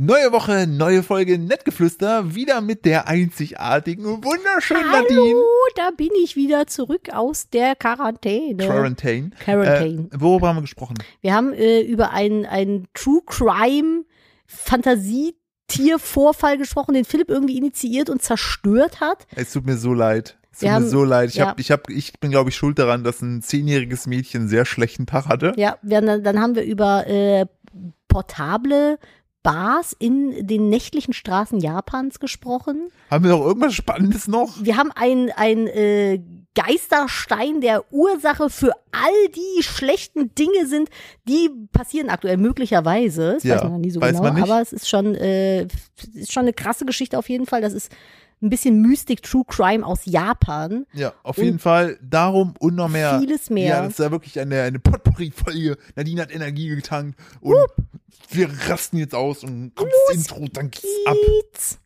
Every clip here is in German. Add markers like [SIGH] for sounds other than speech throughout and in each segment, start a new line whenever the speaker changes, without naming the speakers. Neue Woche, neue Folge Nettgeflüster, wieder mit der einzigartigen und wunderschönen Nadine.
Hallo, da bin ich wieder zurück aus der Quarantäne.
Quarantäne.
Quarantäne.
Äh, worüber haben wir gesprochen?
Wir haben äh, über einen, einen True Crime Fantasietiervorfall gesprochen, den Philipp irgendwie initiiert und zerstört hat.
Es tut mir so leid. Es tut
Wir
mir
haben-
so leid. Ich,
ja.
hab, ich, hab, ich bin, glaube ich, schuld daran, dass ein zehnjähriges Mädchen einen sehr schlechten Tag hatte.
Ja, wir, dann, dann haben wir über äh, portable Bars in den nächtlichen Straßen Japans gesprochen.
Haben wir noch irgendwas Spannendes noch?
Wir haben einen ein, äh, Geisterstein, der Ursache für all die schlechten Dinge sind, die passieren aktuell möglicherweise. Das
Ja,
weiß man ja nie so
weiß
genau,
man nicht.
aber es ist schon, äh, ist schon eine krasse Geschichte auf jeden Fall. Das ist ein bisschen Mystic True Crime aus Japan.
Ja, auf
Und
jeden Fall. Darum und noch mehr.
vieles mehr.
Ja, das ist ja wirklich eine, eine Potpourri-Folge. Nadine hat Energie getankt und wir rasten jetzt aus und kommt das Intro, dann geht's ab.
Kiez.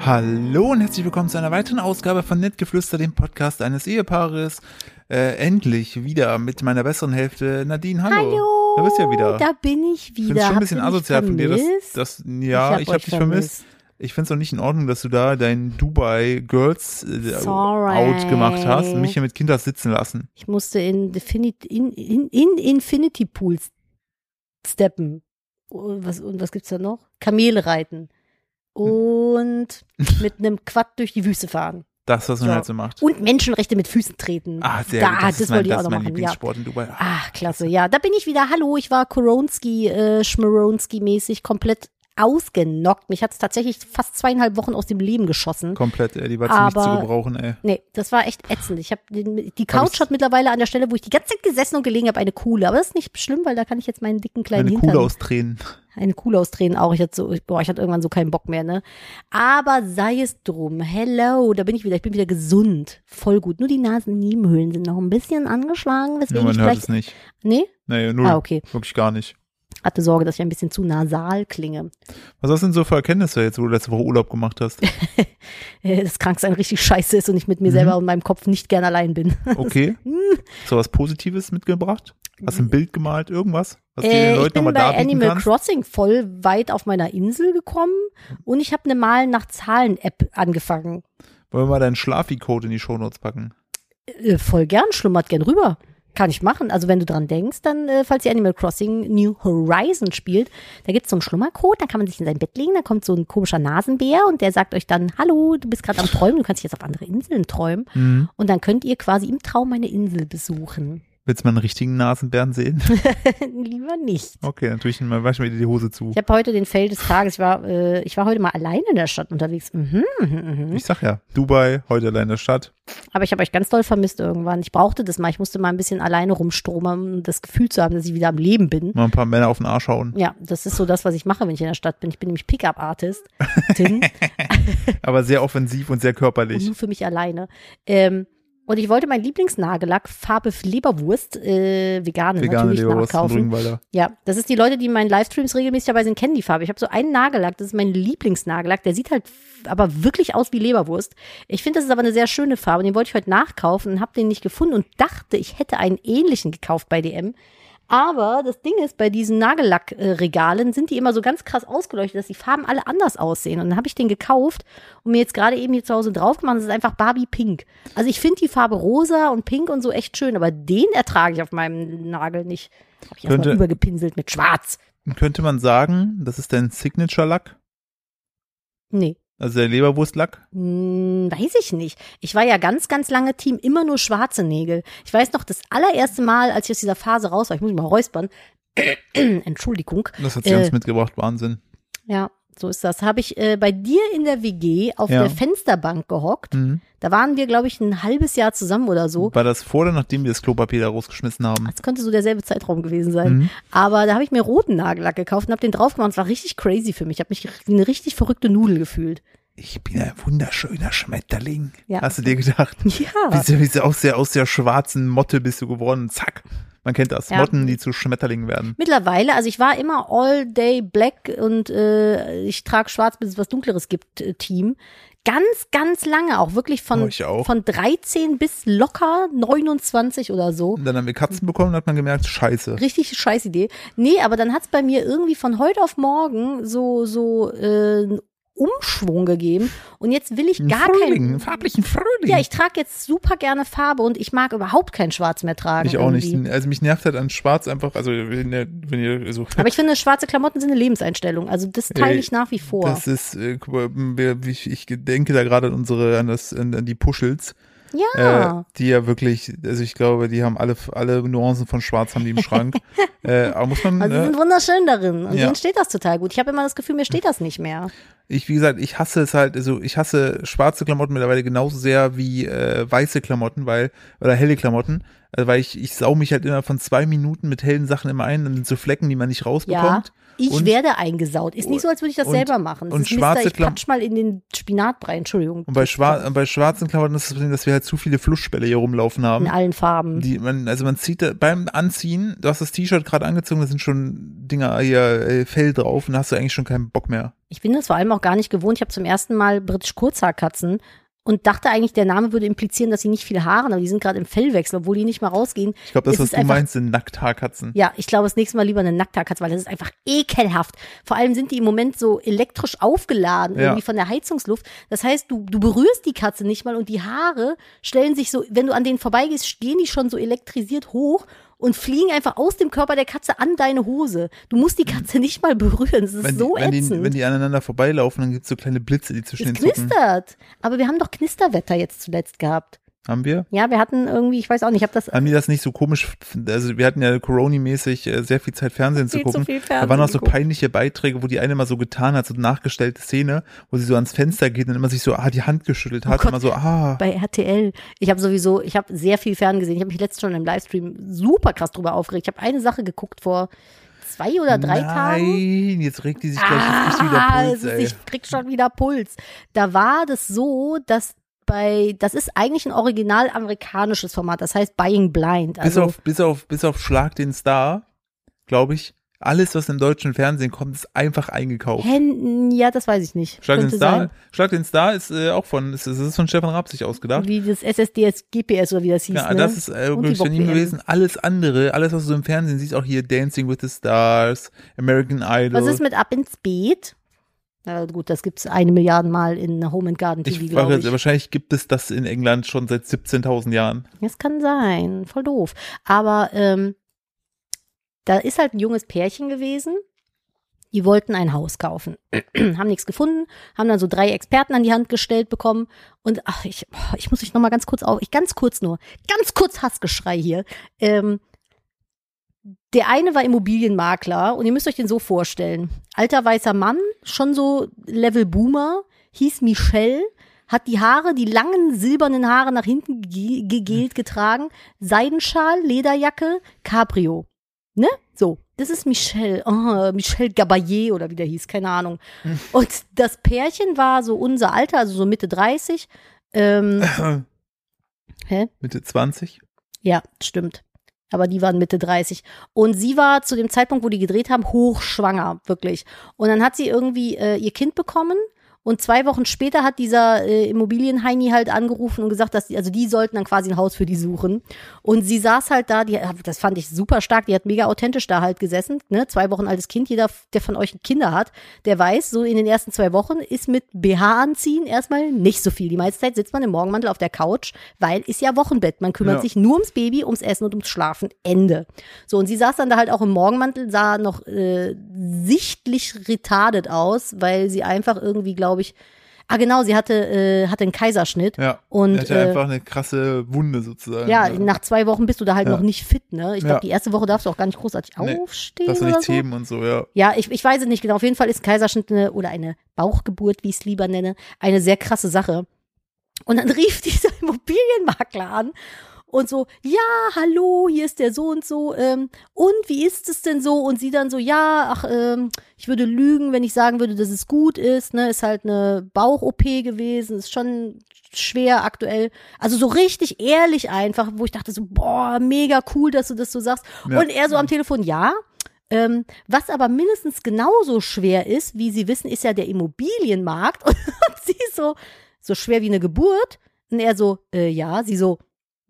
Hallo und herzlich willkommen zu einer weiteren Ausgabe von Nettgeflüster, dem Podcast eines Ehepaares. Äh, endlich wieder mit meiner besseren Hälfte Nadine. Hallo.
Hallo.
Da bist du ja wieder.
Da bin ich
ich
wieder.
finde es schon ein
Habt
bisschen
ihr mich
asozial von dir, dass,
vermisst?
dass ja, ich habe
euch
dich vermisst. Ich finde es auch nicht in Ordnung, dass du da dein Dubai Girls äh,
Sorry.
Out gemacht hast und mich hier mit Kindern sitzen lassen.
Ich musste in, Definit in, in, in Infinity Pools steppen. Und was, und was gibt's da noch? Kamele reiten.
Hm.
Und mit einem Quad durch die Wüste fahren.
Das, was man
So.
halt so macht.
Und Menschenrechte mit Füßen treten.
Ah, sehr
da,
gut.
Das,
Das, ist mein,
wollte ich
das
auch noch
ist mein
machen. Ja.
Lieblingssport in Dubai. Ah,
Ach, klasse. Ja, da bin ich wieder. Hallo, ich war Koronski, äh, Schmaronski-mäßig komplett ausgenockt. Mich hat's tatsächlich fast zweieinhalb Wochen aus dem Leben geschossen.
komplett, ey, die war ziemlich
Aber-
zu gebrauchen, ey.
Nee, das war echt ätzend. Ich hab den, die
Aber
Couch
es-
hat mittlerweile an der Stelle, wo ich die ganze Zeit gesessen und gelegen habe, eine Kuhle. Aber das ist nicht schlimm, weil da kann ich jetzt meinen dicken kleinen
Eine
Hintern.
Kuhle aus Tränen. [LAUGHS]
Eine Kuhle ausdrehen auch. Ich hatte so, ich- boah, ich hatte irgendwann so keinen Bock mehr, ne? Aber sei es drum. Hello, da bin ich wieder. Ich bin wieder gesund. Voll gut. Nur die Nasennebenhöhlen sind noch ein bisschen angeschlagen,
Ja,
weswegen
man
ich
hört
vielleicht.
es nicht.
Nee?
Nee, null.
Ah, okay.
Wirklich gar nicht.
Hatte Sorge, dass ich ein bisschen zu nasal klinge.
Was hast du denn so für Erkenntnisse jetzt, wo du letzte Woche Urlaub gemacht
[LAUGHS]
hast?
Äh, Dass Kranksein richtig scheiße ist und ich
Mhm.
mit mir selber und meinem Kopf nicht gern allein bin. [LAUGHS]
Okay.
Hm.
Hast du was Positives mitgebracht? Hast du ein Bild gemalt? Irgendwas? Was du
Äh,
den
ich
Leuten
bin
nochmal
bei
darbieten
Animal
kannst?
Crossing voll weit auf meiner Insel gekommen und ich habe eine Malen nach Zahlen App angefangen.
Wollen wir mal deinen Schlafi-Code in die Shownotes packen?
Äh, voll gern, schlummert gern rüber. Kann ich machen. Also wenn du dran denkst, dann äh, falls ihr Animal Crossing New Horizon spielt, da gibt's so einen Schlummercode, da kann man sich in sein Bett legen, da kommt so ein komischer Nasenbär und der sagt euch dann, hallo, du bist gerade am Träumen, du kannst dich jetzt auf andere Inseln träumen. Und dann könnt ihr quasi im Traum eine Insel besuchen. [LAUGHS]
Willst du mal einen richtigen Nasenbären sehen?
Lieber nicht.
Okay, natürlich, mal wasch mir die Hose zu.
Ich habe heute den Fail des Tages. Ich war, äh, ich war heute mal alleine in der Stadt unterwegs. Mhm, mhm, mhm.
Ich sag ja, Dubai, heute allein in der Stadt.
Aber ich habe euch ganz doll vermisst irgendwann. Ich brauchte das mal. Ich musste mal ein bisschen alleine rumstromen, um das Gefühl zu haben, dass ich wieder am Leben bin.
Mal ein paar Männer auf den Arsch hauen.
Ja, das ist so das, was ich mache, wenn ich in der Stadt bin. Ich bin nämlich Pickup-Artist. Tin.
Aber sehr offensiv und sehr
und
körperlich.
nur für mich alleine. Ähm, und ich wollte meinen Lieblingsnagellack, Farbe Leberwurst, äh, vegane,
Vegane
natürlich
Leberwurst von
nachkaufen.
Rügenwalder.
Ja, das ist die Leute, die in meinen Livestreams regelmäßig dabei sind, kennen die Farbe. Ich habe so einen Nagellack, das ist mein Lieblingsnagellack. Der sieht halt f- aber wirklich aus wie Leberwurst. Ich finde, das ist aber eine sehr schöne Farbe. und Den wollte ich heute nachkaufen und habe den nicht gefunden und dachte, ich hätte einen ähnlichen gekauft bei DM. Aber das Ding ist, bei diesen Nagellackregalen sind die immer so ganz krass ausgeleuchtet, dass die Farben alle anders aussehen. Und dann habe ich den gekauft und mir jetzt gerade eben hier zu Hause drauf gemacht. Das ist einfach Barbie Pink. Also ich finde die Farbe rosa und pink und so echt schön, aber den ertrage ich auf meinem Nagel nicht. Hab ich erstmal
Könnte-
übergepinselt mit Schwarz.
Könnte man sagen, das ist dein Signature-Lack?
Nee.
Also der Leberwurstlack?
Hm, weiß ich nicht. Ich war ja ganz, ganz lange Team immer nur schwarze Nägel. Ich weiß noch, das allererste Mal, als ich aus dieser Phase raus war, ich muss mich mal räuspern. [COUGHS] Entschuldigung.
Das hat sie
Äh.
uns mitgebracht, Wahnsinn.
Ja, so ist das. Habe ich äh, bei dir in der WG auf
Ja.
der Fensterbank gehockt.
Mhm.
Da waren wir, glaube ich, ein halbes Jahr zusammen oder so.
War das vor oder nachdem wir das Klopapier da rausgeschmissen haben?
Das könnte so derselbe Zeitraum gewesen sein.
Mhm.
Aber da habe ich mir roten Nagellack gekauft und habe den drauf gemacht. Es war richtig crazy für mich. Ich habe mich wie eine richtig verrückte Nudel gefühlt.
Ich bin ein wunderschöner Schmetterling.
Ja.
Hast du dir gedacht?
Ja.
Wie, wie, wie aus, der, aus der schwarzen Motte bist du geworden? Zack. Man kennt das.
Ja.
Motten, die zu Schmetterlingen werden.
Mittlerweile, also ich war immer all day black und äh, ich trage schwarz, bis es was Dunkleres gibt, äh, Team. ganz, ganz lange, auch wirklich
Ja,
von,
ich auch.
von 13 bis locker 29 oder so.
Und dann haben wir
Mhm.
Katzen bekommen und hat man gemerkt, scheiße.
Richtig scheiß Idee. Nee, aber dann hat's bei mir irgendwie von heute auf morgen so, so äh, einen Umschwung gegeben. Und jetzt will ich
Ein
gar
Frühling,
keinen.
einen farblichen Frühling.
Ja, ich trage jetzt super gerne Farbe und ich mag überhaupt kein Schwarz mehr tragen.
ich auch
irgendwie.
nicht. Also mich nervt halt an Schwarz einfach, also wenn ihr, wenn ihr so,
Aber ich finde, schwarze Klamotten sind eine Lebenseinstellung. Also das teile
Ey,
ich nach wie vor.
das ist, äh, guck mal, wir- ich, ich denke da gerade an unsere, an das, an, an die Puschels,
ja. Ah.
äh, die ja wirklich, also ich glaube, die haben alle, alle Nuancen von Schwarz haben die im
[LAUGHS]
Schrank. äh, aber muss man,
also sie
ne?
sind wunderschön darin. Und
Ja.
denen steht das total gut. Ich habe immer das Gefühl, mir steht das nicht mehr.
ich, wie gesagt, ich hasse es halt, also ich hasse schwarze Klamotten mittlerweile genauso sehr wie äh, weiße Klamotten, weil, oder helle Klamotten, also weil ich, ich sau mich halt immer von zwei Minuten mit hellen Sachen immer ein, dann sind so Flecken, die man nicht
Ja.
rausbekommt.
Ich
Und-
werde eingesaut. Ist nicht so, als würde ich das
und-
selber machen. Das
und
ist Mister,
schwarze
ich
Klam-
patsch mal in den Spinatbrei. Entschuldigung.
Und bei, schwar bei schwarzen Klamotten ist das Problem, dass wir halt zu viele Flussspelle hier rumlaufen haben.
in allen Farben.
Die, man, also man zieht da, beim Anziehen, du hast das T-Shirt gerade angezogen, da sind schon Dinger hier äh, Fell drauf und da hast du eigentlich schon keinen Bock mehr.
Ich bin das vor allem auch gar nicht gewohnt. Ich habe zum ersten Mal britisch Kurzhaarkatzen und dachte eigentlich, der Name würde implizieren, dass sie nicht viel Haare haben, aber die sind gerade im Fellwechsel, obwohl die nicht mal rausgehen.
Ich glaube, das,
Es
was
ist
du
einfach-
meinst, sind Nackthaarkatzen.
Ja, ich glaube, das nächste Mal lieber eine Nackthaarkatze, weil das ist einfach ekelhaft. Vor allem sind die im Moment so elektrisch aufgeladen,
Ja.
irgendwie von der Heizungsluft. Das heißt, du, du berührst die Katze nicht mal und die Haare stellen sich so, wenn du an denen vorbeigehst, stehen die schon so elektrisiert hoch und fliegen einfach aus dem Körper der Katze an deine Hose. Du musst die Katze nicht mal berühren. Das ist
Wenn,
so
die, wenn,
ätzend.
die, wenn die aneinander vorbeilaufen, dann gibt's so kleine Blitze, die zwischen
Es
den zucken.
knistert. Aber wir haben doch Knisterwetter jetzt zuletzt gehabt.
Haben wir?
Ja, wir hatten irgendwie, ich weiß auch nicht, ich habe das
Haben die das nicht so komisch? Also wir hatten ja Corona-mäßig äh, sehr viel Zeit Fernsehen zu
Viel zu
gucken.
viel
da waren auch
Fernsehen
so
geguckt.
peinliche Beiträge, wo die eine mal so getan hat, so nachgestellte Szene, wo sie so ans Fenster geht und immer sich so ah, die Hand geschüttelt hat,
Oh Gott.
immer so ah.
bei RTL. Ich habe sowieso, ich habe sehr viel fern gesehen. Ich habe mich letztens schon im Livestream super krass drüber aufgeregt. Ich habe eine Sache geguckt vor zwei oder drei
Nein,
Tagen.
jetzt regt die sich gleich richtig wieder
Ah,
Puls,
es ist,
ey.
ich krieg schon wieder Puls. Da war das so, dass bei, das ist eigentlich ein original amerikanisches Format, das heißt Buying Blind.
bis
Also,
auf bis auf bis auf Schlag den Star, glaube ich, alles was im deutschen Fernsehen kommt, ist einfach eingekauft.
Händen, ja, das weiß ich nicht.
Schlag den
Könnte
Star,
sein.
Schlag den Star ist äh, auch von ist, ist von Stefan Raab sich ausgedacht.
Wie das SSDS, GPS oder wie das hieß.
Ja,
ne?
das ist äh,
Und die
wirklich von ihm
Bock-WM.
gewesen. Alles andere, alles, was du im Fernsehen siehst, auch hier Dancing with the Stars, American Idol.
Was ist mit Ab ins Beet? Na gut, das gibt's eine Milliarde Mal in Home and Garden TV,
ich
glaube
frage,
ich.
wahrscheinlich gibt es das in England schon seit 17.000 Jahren.
Das kann sein, voll doof. Aber ähm, da ist halt ein junges Pärchen gewesen. Die wollten ein Haus kaufen, [CLEARS THROAT] haben nichts gefunden, haben dann so drei Experten an die Hand gestellt bekommen und ach, ich, ich muss mich noch mal ganz kurz auf, ich ganz kurz nur, ganz kurz Hassgeschrei hier. Ähm, der eine war Immobilienmakler und ihr müsst euch den so vorstellen. Alter weißer Mann, schon so Level Boomer, hieß Michelle, hat die Haare, die langen silbernen Haare nach hinten ge- gegelt getragen, Seidenschal, Lederjacke, Cabrio. Ne? So, das ist Michelle, oh, Michelle Gabayé oder wie der hieß, keine Ahnung. Und das Pärchen war so unser Alter, also so Mitte 30. Ähm, hä?
Mitte 20.
Ja, stimmt. Aber die waren Mitte 30. Und sie war zu dem Zeitpunkt, wo die gedreht haben, hochschwanger, wirklich. Und dann hat sie irgendwie äh, ihr Kind bekommen. Und zwei Wochen später hat dieser äh, Immobilienheini halt angerufen und gesagt, dass die, also die sollten dann quasi ein Haus für die suchen. Und sie saß halt da, die, das fand ich super stark, die hat mega authentisch da halt gesessen, ne? Zwei Wochen altes Kind, jeder, der von euch Kinder hat, der weiß, so in den ersten zwei Wochen ist mit BH anziehen erstmal nicht so viel. Die meiste Zeit sitzt man im Morgenmantel auf der Couch, weil ist ja Wochenbett. Man kümmert
Ja.
sich nur ums Baby, ums Essen und ums Schlafen. Ende. So, und sie saß dann da halt auch im Morgenmantel, sah noch äh, sichtlich retardet aus, weil sie einfach irgendwie, glaube ich, ah genau, sie hatte, äh, hatte einen Kaiserschnitt.
Ja.
Und,
er hatte
äh,
einfach eine krasse Wunde sozusagen.
Ja,
Also,
nach zwei Wochen bist du da halt
Ja.
noch nicht fit, ne? Ich glaube,
Ja.
die erste Woche darfst du auch gar nicht großartig
Nee,
aufstehen
Dass du
oder
nicht
so.
heben und so, ja.
Ja, ich, ich weiß es nicht genau. Auf jeden Fall ist ein Kaiserschnitt eine, oder eine Bauchgeburt, wie ich es lieber nenne, eine sehr krasse Sache. Und dann [LAUGHS] rief dieser Immobilienmakler an und so, ja, hallo, hier ist der so und so, ähm, und wie ist es denn so? Und sie dann so, ja, ach, ähm, ich würde lügen, wenn ich sagen würde, dass es gut ist, ne, ist halt eine Bauch-OP gewesen, ist schon schwer aktuell. Also so richtig ehrlich einfach, wo ich dachte so, boah, mega cool, dass du das so sagst.
Ja.
Und er so am Telefon, ja, ähm, was aber [LAUGHS] mindestens genauso schwer ist, wie Sie wissen, ist ja der Immobilienmarkt. Und sie so, so schwer wie eine Geburt. Und er so, äh, ja, sie so,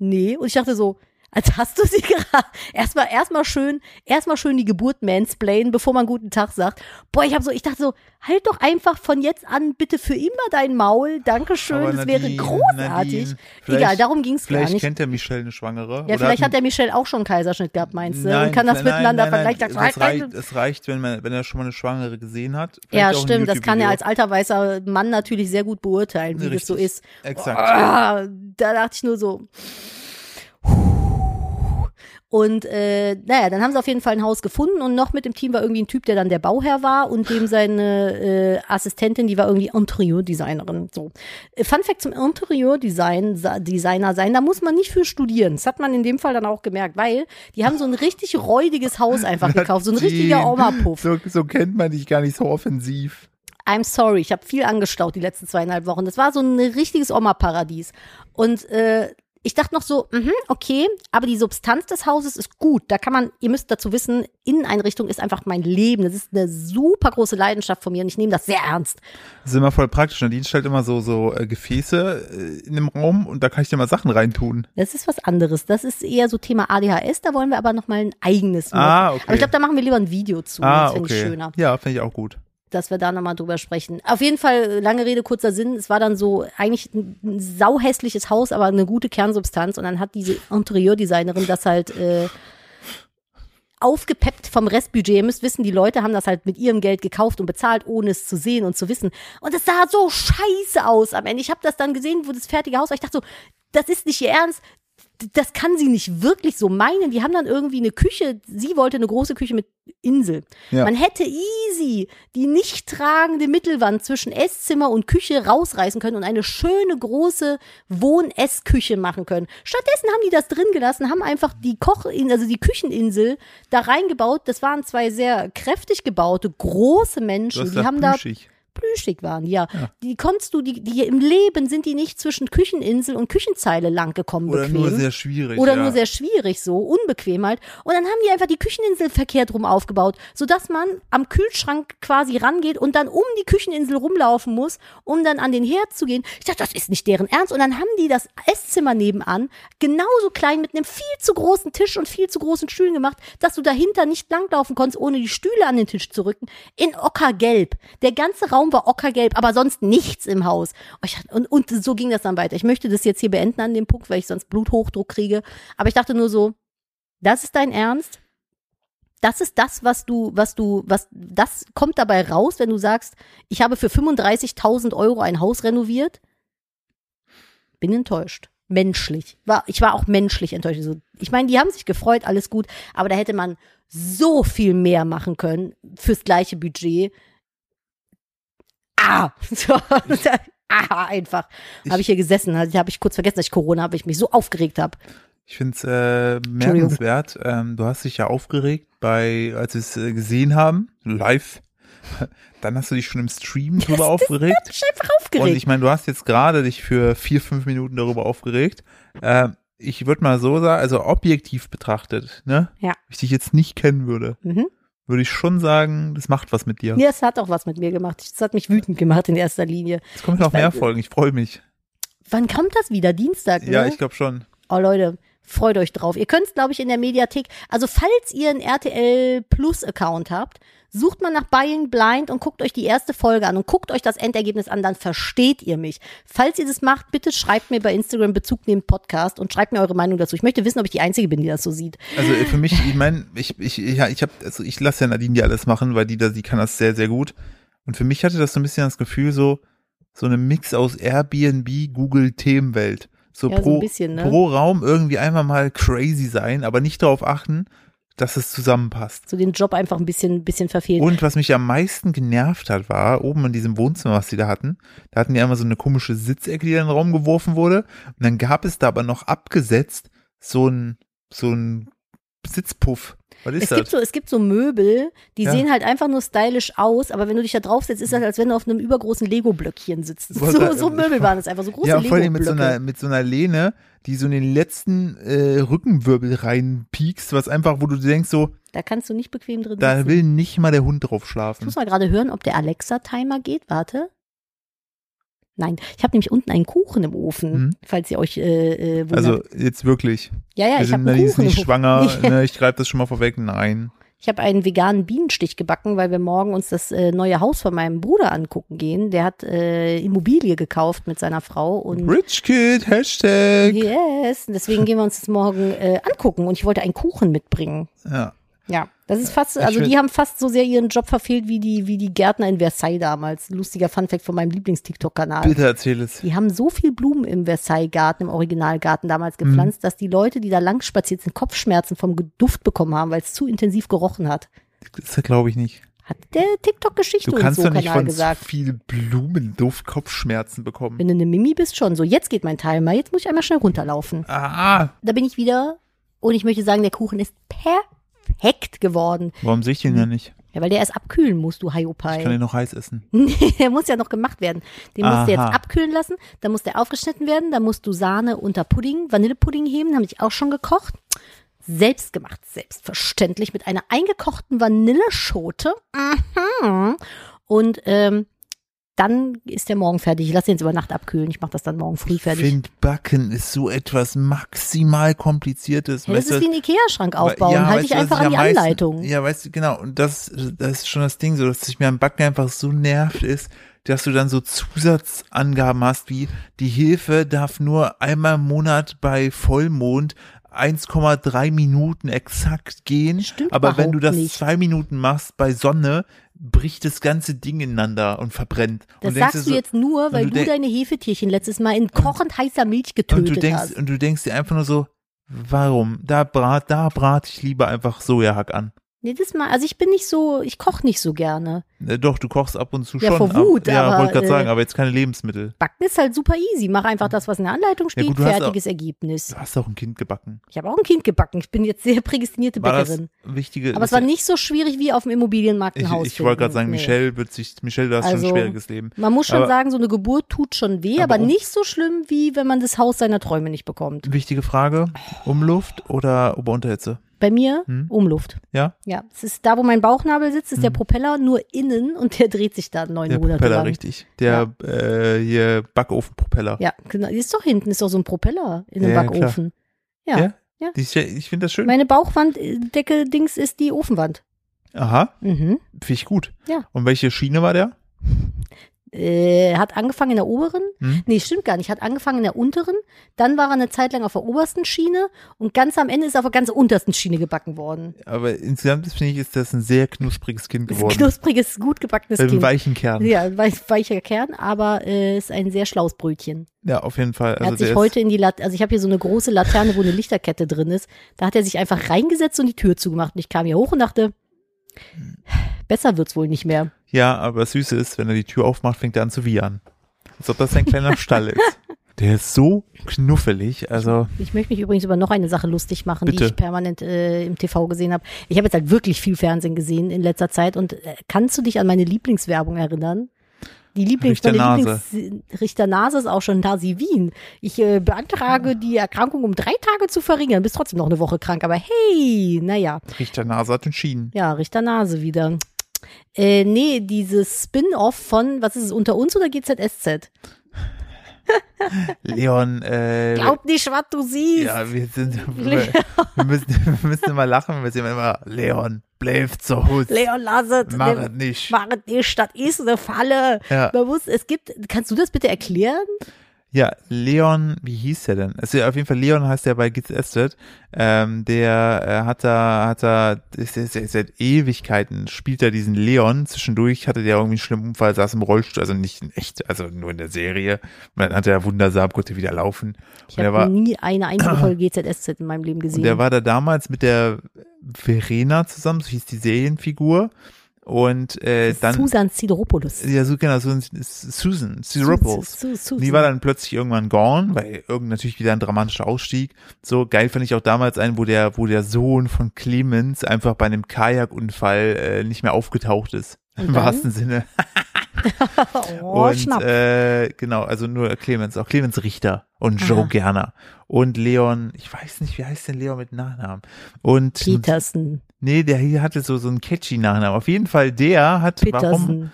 nee. Und ich dachte so, als hast du sie [LAUGHS] gerade. Erstmal, erstmal schön, erstmal schön die Geburt mansplainen, bevor man guten Tag sagt. Boah, ich habe so, ich dachte so, halt doch einfach von jetzt an bitte für immer dein Maul. Dankeschön,
Aber
das wäre
Nadine,
großartig.
Nadine, vielleicht-
Egal, darum ging's gar
Vielleicht
nicht.
kennt der Michelle eine Schwangere.
Ja,
oder
vielleicht hat
einen-
der Michelle auch schon einen Kaiserschnitt gehabt, meinst du?
Nein,
und kann das
nein,
miteinander
nein, nein,
vergleichen.
Es reicht, es reicht wenn, man, wenn er schon mal eine Schwangere gesehen hat.
ja,
Vielleicht auch ein
stimmt, das kann er als
YouTube-Video.
alter weißer Mann natürlich sehr gut beurteilen, wie das so
Richtig.
ist.
Exakt.
Ah, da dachte ich nur so. Und äh, naja, dann haben sie auf jeden Fall ein Haus gefunden und noch mit dem Team war irgendwie ein Typ, der dann der Bauherr war und dem seine äh, Assistentin, die war irgendwie Interiordesignerin. So. Äh, Fun Fact zum Interiordesign Sa- Designer sein, da muss man nicht für studieren. Das hat man in dem Fall dann auch gemerkt, weil die haben so ein richtig räudiges
[LAUGHS]
Haus einfach gekauft, so ein richtiger
Nadine,
Oma-Puff.
So, so kennt man dich gar nicht so offensiv.
I'm sorry, ich habe viel angestaut die letzten zweieinhalb Wochen. Das war so ein richtiges Oma-Paradies. Und äh, ich dachte noch so, mhm, okay, aber die Substanz des Hauses ist gut. Da kann man, ihr müsst dazu wissen, Inneneinrichtung ist einfach mein Leben. Das ist eine super große Leidenschaft von mir und ich nehme das sehr ernst.
Das ist immer voll praktisch. Nadine stellt immer so, so äh, Gefäße äh, in dem Raum und da kann ich dir mal Sachen reintun.
Das ist was anderes. Das ist eher so Thema ADHS, da wollen wir aber nochmal ein eigenes machen.
Ah, okay.
Aber ich glaube, da machen wir lieber ein Video zu.
ah,
Oh, das finde
okay.
ich schöner.
Ja, finde ich auch gut.
dass wir da nochmal drüber sprechen. Auf jeden Fall, äh, lange Rede, kurzer Sinn, es war dann so eigentlich ein ein sauhässliches Haus, aber eine gute Kernsubstanz. Und dann hat diese Interieurdesignerin das halt äh, aufgepeppt vom Restbudget. Ihr müsst wissen, die Leute haben das halt mit ihrem Geld gekauft und bezahlt, ohne es zu sehen und zu wissen. Und es sah so scheiße aus am Ende. Ich habe das dann gesehen, wo das fertige Haus war. Ich dachte so, das ist nicht ihr Ernst. D- Das kann sie nicht wirklich so meinen. Die haben dann irgendwie eine Küche. Sie wollte eine große Küche mit Insel.
Ja.
Man hätte easy die nicht tragende Mittelwand zwischen Esszimmer und Küche rausreißen können und eine schöne große Wohn-Essküche machen können. Stattdessen haben die das drin gelassen, haben einfach die Koch, also die Kücheninsel da reingebaut. Das waren zwei sehr kräftig gebaute, große
Du
Menschen.
hast
die
gesagt,
haben da
plüschig.
plüschig waren, ja. Die konntest du, die, die im Leben sind die nicht zwischen Kücheninsel und Küchenzeile lang gekommen.
Oder
bequem.
nur sehr schwierig.
Oder
ja.
nur sehr schwierig so, unbequem halt. Und dann haben die einfach die Kücheninsel verkehrt rum aufgebaut, sodass man am Kühlschrank quasi rangeht und dann um die Kücheninsel rumlaufen muss, um dann an den Herd zu gehen. Ich dachte, das ist nicht deren Ernst. Und dann haben die das Esszimmer nebenan genauso klein mit einem viel zu großen Tisch und viel zu großen Stühlen gemacht, dass du dahinter nicht langlaufen konntest, ohne die Stühle an den Tisch zu rücken. In Ockergelb. Der ganze Raum war ockergelb, aber sonst nichts im Haus. Und, ich dachte- und, und so ging das dann weiter. Ich möchte das jetzt hier beenden an dem Punkt, weil ich sonst Bluthochdruck kriege. Aber ich dachte nur so, das ist dein Ernst? Das ist das, was du, was du, was, das kommt dabei raus, wenn du sagst, ich habe für 35.000 Euro ein Haus renoviert? Bin enttäuscht. Menschlich. War, ich war auch menschlich enttäuscht. So, Ich meine, die haben sich gefreut, alles gut, aber da hätte man so viel mehr machen können fürs gleiche Budget. Ah! [LAUGHS] So, ah, einfach.
Ich-
Habe ich hier gesessen, also, habe ich kurz vergessen, dass ich Corona habe, weil ich mich so aufgeregt habe.
Ich finde es äh, bemerkenswert. Ähm, du hast dich ja aufgeregt bei, als wir es äh, gesehen haben, live. [LAUGHS] Dann hast du dich schon im Stream drüber aufgeregt.
Ich bin einfach
Und
aufgeregt.
ich meine, du hast jetzt gerade dich für vier, fünf Minuten darüber aufgeregt. Ähm, ich würde mal so sagen, also objektiv betrachtet, ne?
Ja.
Wenn ich dich jetzt nicht kennen würde,
mhm.
würde ich schon sagen, das macht was mit dir.
Ja, es hat auch was mit mir gemacht. Es hat mich wütend gemacht in erster Linie.
Es kommen noch
Ich mein-
mehr Folgen, ich freue mich.
Wann kommt das wieder? Dienstag, ne?
Ja, ich glaube schon.
Oh Leute, freut euch drauf. Ihr könnt glaube ich, in der Mediathek, also falls ihr einen RTL Plus Account habt, sucht mal nach Buying Blind und guckt euch die erste Folge an und guckt euch das Endergebnis an, dann versteht ihr mich. Falls ihr das macht, bitte schreibt mir bei Instagram Bezug neben Podcast und schreibt mir eure Meinung dazu. Ich möchte wissen, ob ich die Einzige bin, die das so sieht.
Also äh, für mich, ich meine, ich, ich, ja, ich habe, also ich lasse ja Nadine die alles machen, weil die da, die kann das sehr, sehr gut. Und für mich hatte das so ein bisschen das Gefühl, so, so eine Mix aus Airbnb, Google Themenwelt. So
Ja, so
pro,
ein bisschen, ne?
pro Raum irgendwie einmal mal crazy sein, aber nicht darauf achten, dass es zusammenpasst.
So den Job einfach ein bisschen, bisschen verfehlt.
Und was mich am meisten genervt hat, war, oben in diesem Wohnzimmer, was sie da hatten, da hatten die einmal so eine komische Sitzecke, die in den Raum geworfen wurde. Und dann gab es da aber noch abgesetzt so ein, so ein Sitzpuff. Was ist
Es
das?
gibt, so, es gibt so Möbel, die
Ja.
sehen halt einfach nur stylisch aus, aber wenn du dich da draufsetzt, ist das, als wenn du auf einem übergroßen Lego-Blöckchen sitzt.
Wollte
So,
gerade-
so Möbel waren es einfach, so große
Ja, vor allem mit so, einer,
Lego-Blöcke.
mit so einer Lehne, die so in den letzten äh, Rückenwirbel reinpiekst, was einfach, wo du dir denkst, so,
Da kannst du nicht bequem drin
da
sitzen.
will nicht mal der Hund drauf
ich
schlafen.
muss mal gerade hören, ob der Alexa-Timer geht. Warte. Nein, ich habe nämlich unten einen Kuchen im Ofen,
Mhm.
falls ihr euch äh, äh, wundert.
Also jetzt wirklich.
ja,
Wir
ja, ich habe
sind
einen
Nadine ist
Kuchen. im
nicht
Ofen.
schwanger.
[LAUGHS]
ne, ich greife das schon mal vorweg. Nein.
Ich habe einen veganen Bienenstich gebacken, weil wir morgen uns das äh, neue Haus von meinem Bruder angucken gehen. Der hat äh, Immobilie gekauft mit seiner Frau und
Rich Kid, Hashtag.
yes, und deswegen gehen wir uns das morgen äh, angucken und ich wollte einen Kuchen mitbringen.
Ja.
Ja, das ist fast, also
will-
die haben fast so sehr ihren Job verfehlt wie die, wie die Gärtner in Versailles damals. Lustiger Funfact von meinem Lieblings-TikTok-Kanal.
Bitte erzähl es.
Die haben so viel Blumen im Versailles-Garten, im Originalgarten damals gepflanzt,
Mhm.
dass die Leute, die da lang spaziert sind, Kopfschmerzen vom Duft bekommen haben, weil es zu intensiv gerochen hat.
Das glaube ich nicht.
Hat der TikTok-Geschichte
Du
und
kannst
so
doch nicht
Kanal
von zu
gesagt.
viel Blumenduft Kopfschmerzen bekommen.
Wenn du eine Mimi bist, schon so. Jetzt geht mein Timer, jetzt muss ich einmal schnell runterlaufen.
Ah,
Da bin ich wieder und ich möchte sagen, der Kuchen ist perfekt geworden.
warum sehe ich den ja nicht?
Ja, weil der erst abkühlen muss, du Haiopai.
Ich
[LAUGHS]
kann den noch heiß essen.
Nee, der muss ja noch gemacht werden. Den musst du jetzt
Aha.
abkühlen lassen, dann muss der aufgeschnitten werden, dann musst du Sahne unter Pudding, Vanillepudding heben, habe ich auch schon gekocht. Selbst gemacht, selbstverständlich, mit einer eingekochten Vanilleschote. Mhm. Und ähm, dann ist der morgen fertig. Ich lasse den jetzt über Nacht abkühlen. Ich mache das dann morgen früh fertig.
Ich finde, Backen ist so etwas maximal kompliziertes.
Hey, das
Weißt du,
ist wie ein Ikea-Schrank aufbauen.
Ja, weißt
Halte
du,
ich
was
einfach
ich
an die
am meisten-
Anleitung.
Ja, weißt du, genau. Und das, das ist schon das Ding, so dass ich mir am Backen einfach so nervt ist, dass du dann so Zusatzangaben hast, wie die Hefe darf nur einmal im Monat bei Vollmond 1,3 Minuten exakt gehen.
Stimmt
aber wenn du
überhaupt
das
nicht.
zwei Minuten machst bei Sonne, bricht das ganze Ding ineinander und verbrennt.
Das
und denkst
sagst
dir
du
so,
jetzt nur, weil
du
du,
denk-
deine Hefetierchen letztes Mal in kochend heißer Milch getötet
und du denkst,
hast.
Und du denkst dir einfach nur so, warum? Da brat, da brate ich lieber einfach Sojahack an.
Jedes Mal, also ich bin nicht so, ich koche nicht so gerne.
Äh, Doch, du kochst ab und zu
Ja,
schon.
vor Wut,
ab, ja,
aber,
wollte gerade
äh,
sagen, aber jetzt keine Lebensmittel.
Backen ist halt super easy. Mach einfach das, was in der Anleitung steht,
gut, du hast
fertiges Ergebnis.
Du hast auch ein Kind gebacken.
Ich habe auch ein Kind gebacken. Ich bin jetzt sehr prädestinierte
War das
Bäckerin.
wichtige?
Aber es war nicht so schwierig wie auf dem Immobilienmarkt ein
ich,
Haus.
ich wollte gerade
finden.
sagen,
Nee.
Michelle wird sich, Michelle, du hast
Also-
schon ein schwieriges Leben.
Man muss schon
aber-
sagen, so eine Geburt tut schon weh, aber,
Aber um-
nicht so schlimm, wie wenn man das Haus seiner Träume nicht bekommt.
Wichtige Frage, Umluft oder Oberunterhitze?
Bei mir
Hm?
Umluft.
Ja, Hm.
Ja, es ist da, wo mein Bauchnabel sitzt, ist der Propeller nur innen und der dreht sich da neun
der
Monate
Propeller,
lang.
richtig. Der äh, hier Backofenpropeller.
Ja, genau. Ist doch hinten, ist doch so ein Propeller in einem
Ja, ja, klar.
Backofen. Ja.
Ja?
ja.
Die ist ja- Ich finde das schön.
Meine Bauchwanddecke-Dings ist die Ofenwand.
Aha,
Mhm.
finde ich gut.
Ja.
Und welche Schiene war der?
Äh, hat angefangen in der oberen.
Hm?
Nee, stimmt gar nicht. Hat angefangen in der unteren. Dann war er eine Zeit lang auf der obersten Schiene und ganz am Ende ist er auf der ganz untersten Schiene gebacken worden.
Aber insgesamt finde ich, ist das ein sehr knuspriges Kind
Ist
geworden.
Ein knuspriges, gut gebackenes
Mit einem
Kind.
weichen Kern. Ja,
Ja, ein weich, weicher Kern, aber äh, ist ein sehr schlaues Brötchen.
auf jeden Fall.
Er
Also
hat
der
sich
ist-
heute in die Laterne, also ich habe hier so eine große Laterne, wo eine Lichterkette drin ist. Da hat er sich einfach reingesetzt und die Tür zugemacht. Und ich kam hier hoch und dachte, besser wird's wohl nicht mehr.
Ja, aber das Süße ist, wenn er die Tür aufmacht, fängt er an zu wiehern. Als ob das ein [LAUGHS] kleiner Stall ist. Der ist so knuffelig, also
Ich möchte mich übrigens über noch eine Sache lustig machen, die
Bitte.
ich permanent äh, im TV gesehen habe. Ich habe jetzt halt wirklich viel Fernsehen gesehen in letzter Zeit und äh, kannst du dich an meine Lieblingswerbung erinnern? Die Lieblings
Richter
meine
Nase.
Lieblings Richter Nase ist auch schon Nasi Wien. Ich äh, beantrage die Erkrankung um drei Tage zu verringern, bist trotzdem noch eine Woche krank, aber hey, naja.
riecht der Nase hat entschieden.
Ja, Richter Nase wieder. Äh, nee, dieses Spin-off von, was ist es, unter uns oder GZSZ?
Leon, äh,
Glaub nicht, was du siehst.
ja, wir
[LAUGHS]
sind, wir, wir müssen, wir müssen immer lachen, wir sind immer, Leon, bleib zu Hause,
Leon, lass es.
mach
Nimm-
es nicht.
Mach es nicht, das ist eine Falle.
Ja.
Man muss, es gibt, kannst du das bitte erklären?
Ja, Leon, wie hieß der denn? Also auf jeden Fall Leon heißt der bei Gitz Estet. Ähm, der äh, hat da, hat da, ist, ist, ist, seit Ewigkeiten spielt er diesen Leon. Zwischendurch hatte der irgendwie einen schlimmen Unfall, saß im Rollstuhl, also nicht in echt, also nur in der Serie. Und dann hat er wundersam, konnte wieder laufen.
Ich
und er
habe
war,
nie eine einzige Folge GZSZ in meinem Leben
und
gesehen.
der war da damals mit der Verena zusammen, so hieß die Serienfigur. Und äh, dann,
Susan Sideropoulos.
ja, so genau, so, Susan, Siropoulos.
Su- Su- Su-
Die war dann plötzlich irgendwann gone, weil irgend natürlich wieder ein dramatischer Ausstieg. So geil fand ich auch damals einen, wo der, wo der Sohn von Clemens einfach bei einem Kajakunfall äh, nicht mehr aufgetaucht ist.
dann?
Im wahrsten Sinne.
oh,
und
schnapp.
äh, genau, also nur Clemens, auch Clemens Richter und Joe
Aha.
Gerner und Leon, ich weiß nicht, wie heißt denn Leon mit Nachnamen? Und
Petersen.
nee, der hier hatte so so einen catchy Nachnamen. Auf jeden Fall der hat warum
Petersen.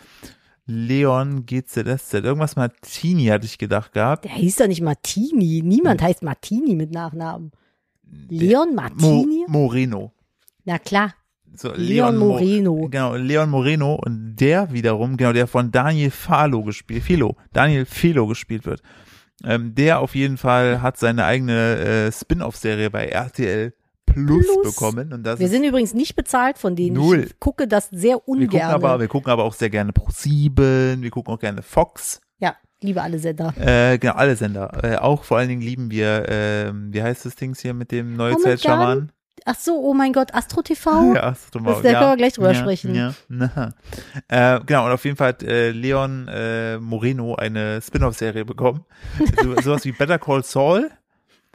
Leon GZSZ. Irgendwas Martini hatte ich gedacht gehabt.
Der hieß doch nicht Martini. Niemand heißt Martini mit Nachnamen. Leon Martini?
Hm. Mo Moreno.
Na klar.
So,
Leon
Mo-
Moreno.
Genau, Leon Moreno und der wiederum, genau, der von Daniel Falo gespielt, Filo, Daniel Filo gespielt wird. Ähm, der auf jeden Fall hat seine eigene äh, Spin-off-Serie bei RTL Plus,
Plus.
bekommen. Und das
Wir
ist-
sind übrigens nicht bezahlt von denen.
Null.
Ich gucke das
wir
sehr
gucken,
ungern.
aber, wir gucken aber auch sehr gerne Pro7, wir gucken auch gerne Fox.
ja, liebe alle Sender.
Äh, genau, alle Sender. Äh, auch vor allen Dingen lieben wir, ähm, wie heißt das Dings hier mit dem
Omega?
Neuzeitschaman?
Ach so, oh mein Gott, Astro TV?
Ja, hast du mal-
Das- da
ja,
können wir gleich drüber
ja,
sprechen.
Ja, na. Äh, genau, und auf jeden Fall hat äh, Leon äh, Moreno eine Spin-off-Serie
[LAUGHS]
bekommen. so, sowas wie Better Call Saul.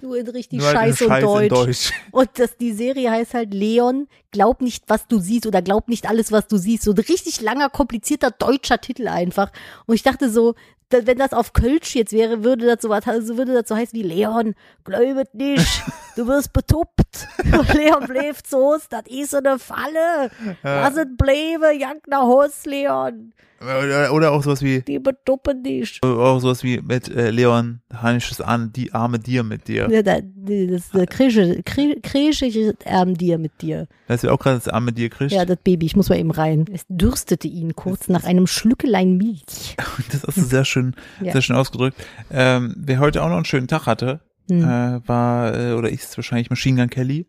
Nur in richtig
nur halt in
Scheiße und
Scheiß
Deutsch.
in Deutsch.
Und das, die Serie heißt halt Leon, glaub nicht, was du siehst oder glaub nicht alles, was du siehst. So ein richtig langer, komplizierter deutscher Titel einfach. Und ich dachte so, da- wenn das auf Kölsch jetzt wäre, würde das so was, also würde das so heißen wie Leon, glaubet nicht, du wirst betuppt. Und Leon bleibt so, das ist eine Falle. Was sind Blebe, jank nach Haus, Leon.
Oder, oder auch sowas wie,
Die betuppen dich.
auch sowas wie mit äh, Leon, Hannisches an, die arme Dir mit dir.
Ja, da, das das kriege kriege ich ähm, dir mit dir.
Weißt du auch gerade das arme Dir kriegst?
Ja, das Baby, ich muss mal eben rein. Es dürstete ihn kurz nach einem Schlückelein Milch.
Das hast du sehr schön,
Ja.
sehr schön ausgedrückt. Ähm, wer heute auch noch einen schönen Tag hatte,
Hm.
äh, war, äh, oder ist wahrscheinlich Machine Gun Kelly.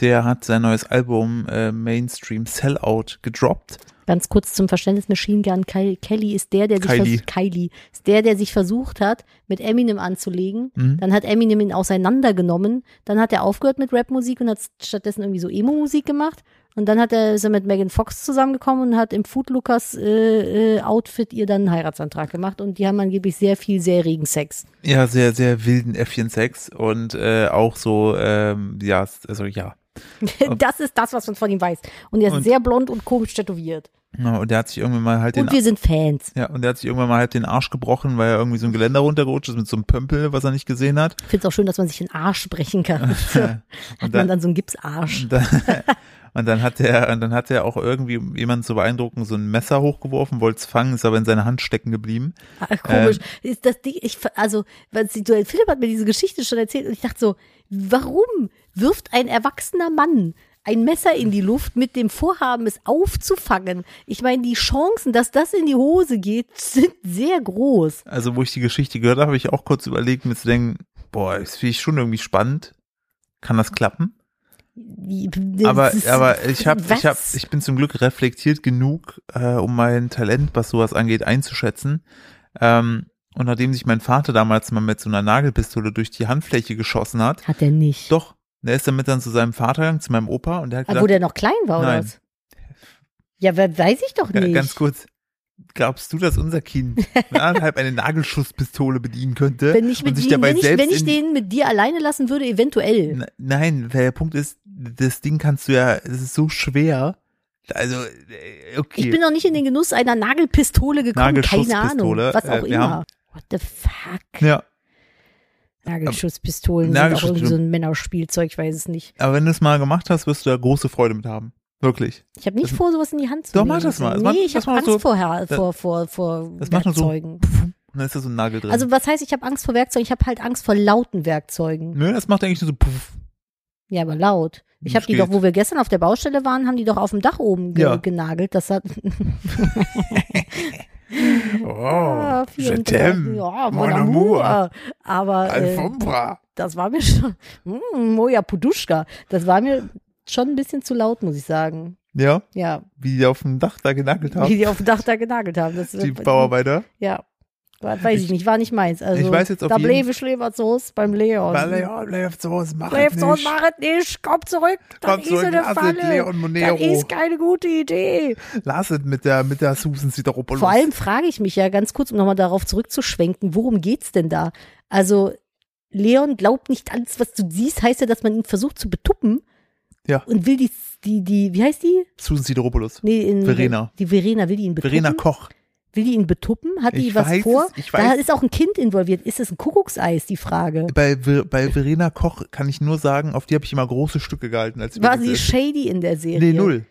Der hat sein neues Album äh, Mainstream Sellout gedroppt.
Ganz kurz zum Verständnis, Machine Gun Kel- Kelly ist der, der sich
Kylie.
versucht, Kylie, ist der, der sich versucht hat, mit Eminem anzulegen.
Mhm.
Dann hat Eminem ihn auseinandergenommen. Dann hat er aufgehört mit Rapmusik und hat stattdessen irgendwie so Emo-Musik gemacht. Und dann hat er, ist er mit Megan Fox zusammengekommen und hat im Foodlookers äh, äh, Outfit ihr dann einen Heiratsantrag gemacht. Und die haben angeblich sehr viel, sehr regen Sex.
Ja, sehr, sehr wilden Äffchen-Sex und äh, auch so, ähm, ja, also ja.
[LAUGHS] Das ist das, was man von ihm weiß. Und er ist
Oh. Und-
sehr blond und komisch tätowiert.
Ja, Und der hat sich irgendwann mal halt den,
Und wir sind Fans.
ja, und der hat sich irgendwann mal halt den Arsch gebrochen, weil er irgendwie so ein Geländer runtergerutscht ist mit so einem Pömpel, was er nicht gesehen hat.
Ich finde es auch schön, dass man sich den Arsch
[LAUGHS]
brechen kann. Hat
Und
man
dann,
dann so einen Gipsarsch.
Und dann, [LAUGHS] und dann hat er, und dann hat er auch irgendwie, um jemanden zu beeindrucken, so ein Messer hochgeworfen, wollte es fangen, ist aber in seiner Hand stecken geblieben.
Ah, Komisch. Ist das Ding, ich, also, was, du, Philipp hat mir diese Geschichte schon erzählt und ich dachte so, warum wirft ein erwachsener Mann ein Messer in die Luft mit dem Vorhaben, es aufzufangen? Ich meine, die Chancen, dass das in die Hose geht, sind sehr groß.
Also, wo ich die Geschichte gehört habe, habe ich auch kurz überlegt, mir zu denken, boah, das finde ich schon irgendwie spannend. Kann das klappen?
Die-
Aber,
das ist-
aber ich habe, ich habe,
Was?
ich bin zum Glück reflektiert genug, äh, um mein Talent, was sowas angeht, einzuschätzen. Ähm, und nachdem sich mein Vater damals mal mit so einer Nagelpistole durch die Handfläche geschossen hat,
Hat er nicht.
doch, der ist damit dann zu seinem Vater gegangen, zu meinem Opa, und der hat
Ah,
gesagt,
wo der noch klein war, oder
Nein.
was? Ja, we- weiß ich doch
Ga-
nicht.
Ganz kurz. Glaubst du, dass unser
[LAUGHS]
Kind mit anderthalb eine Nagelschusspistole bedienen könnte?
Wenn ich, mit
und sich
ihm-
dabei
wenn, ich,
selbst
wenn ich
in-
den mit dir alleine lassen würde, eventuell.
N- Nein, weil der Punkt ist, das Ding kannst du ja, es ist so schwer. Also, äh, okay.
Ich bin noch nicht in den Genuss einer Nagelpistole gekommen. Keine Ahnung.
Nagelschusspistole,
Was auch
äh, wir
immer.
haben-
What the fuck?
ja,
Nagelschusspistolen sind auch
Nagelschuss-
irgendwie so ein Männerspielzeug, ich weiß es nicht.
aber wenn du es mal gemacht hast, wirst du da große Freude mit haben. Wirklich.
Ich habe nicht vor, sowas in die Hand zu
Doch,
nehmen.
mach das mal. Das macht-
Nee, ich
das
habe
macht
Angst
so-
vor, Her-
das-
vor, vor, vor
das macht nur so-
Werkzeugen.
Und dann ist da so ein Nagel drin.
Also was heißt, ich habe Angst vor Werkzeugen? Ich habe halt Angst vor lauten Werkzeugen.
Nö, das macht eigentlich nur so puff.
Ja, aber laut. Ich
Das
habe die doch,
geht.
wo wir gestern auf der Baustelle waren, haben die doch auf dem Dach oben ge
Ja.
genagelt. Das hat
Oh,
je t'aime, Ah, ja, mon amour. Aber äh,
Alfombra.
das war mir schon, mm, Moja Puduschka, das war mir schon ein bisschen zu laut, muss ich sagen.
Ja,
Ja,
wie die auf dem Dach da genagelt haben,
wie die auf dem Dach da genagelt haben. Das,
die Bauarbeiter.
Ja, War- weiß ich,
Ich-
nicht, war nicht meins. Also,
ich weiß jetzt auf
da
jeden-
bleibe ich lieber zu Hause beim Leon.
Weil Leon bleibt so, es macht
Bleibt zu Hause,
nicht.
mach es nicht, komm zurück, das
Komm
ist
zurück,
eine
lass es,
Falle.
Leon Monero.
Das ist keine gute Idee.
Lass es mit der, mit der Susan Sideropoulos.
Vor allem frage ich mich ja ganz kurz, um nochmal darauf zurückzuschwenken, worum geht's denn da? Also, Leon glaubt nicht alles, was du siehst, heißt ja, dass man ihn versucht zu betuppen.
Ja.
Und will die, die, die, wie heißt die?
Susan Sideropoulos.
Nee, in,
Verena.
Die Verena will die ihn betuppen.
Verena Koch.
Will die ihn betuppen? Hat die
Ich
was
weiß
vor?
es, ich
Da
weiß-
ist auch ein Kind involviert. Ist das ein Kuckuckseis, die Frage?
Bei, Ver- bei Verena Koch kann ich nur sagen, auf die habe ich immer große Stücke gehalten. Als
War
mir
sie
das-
shady in der Serie?
Nee, null.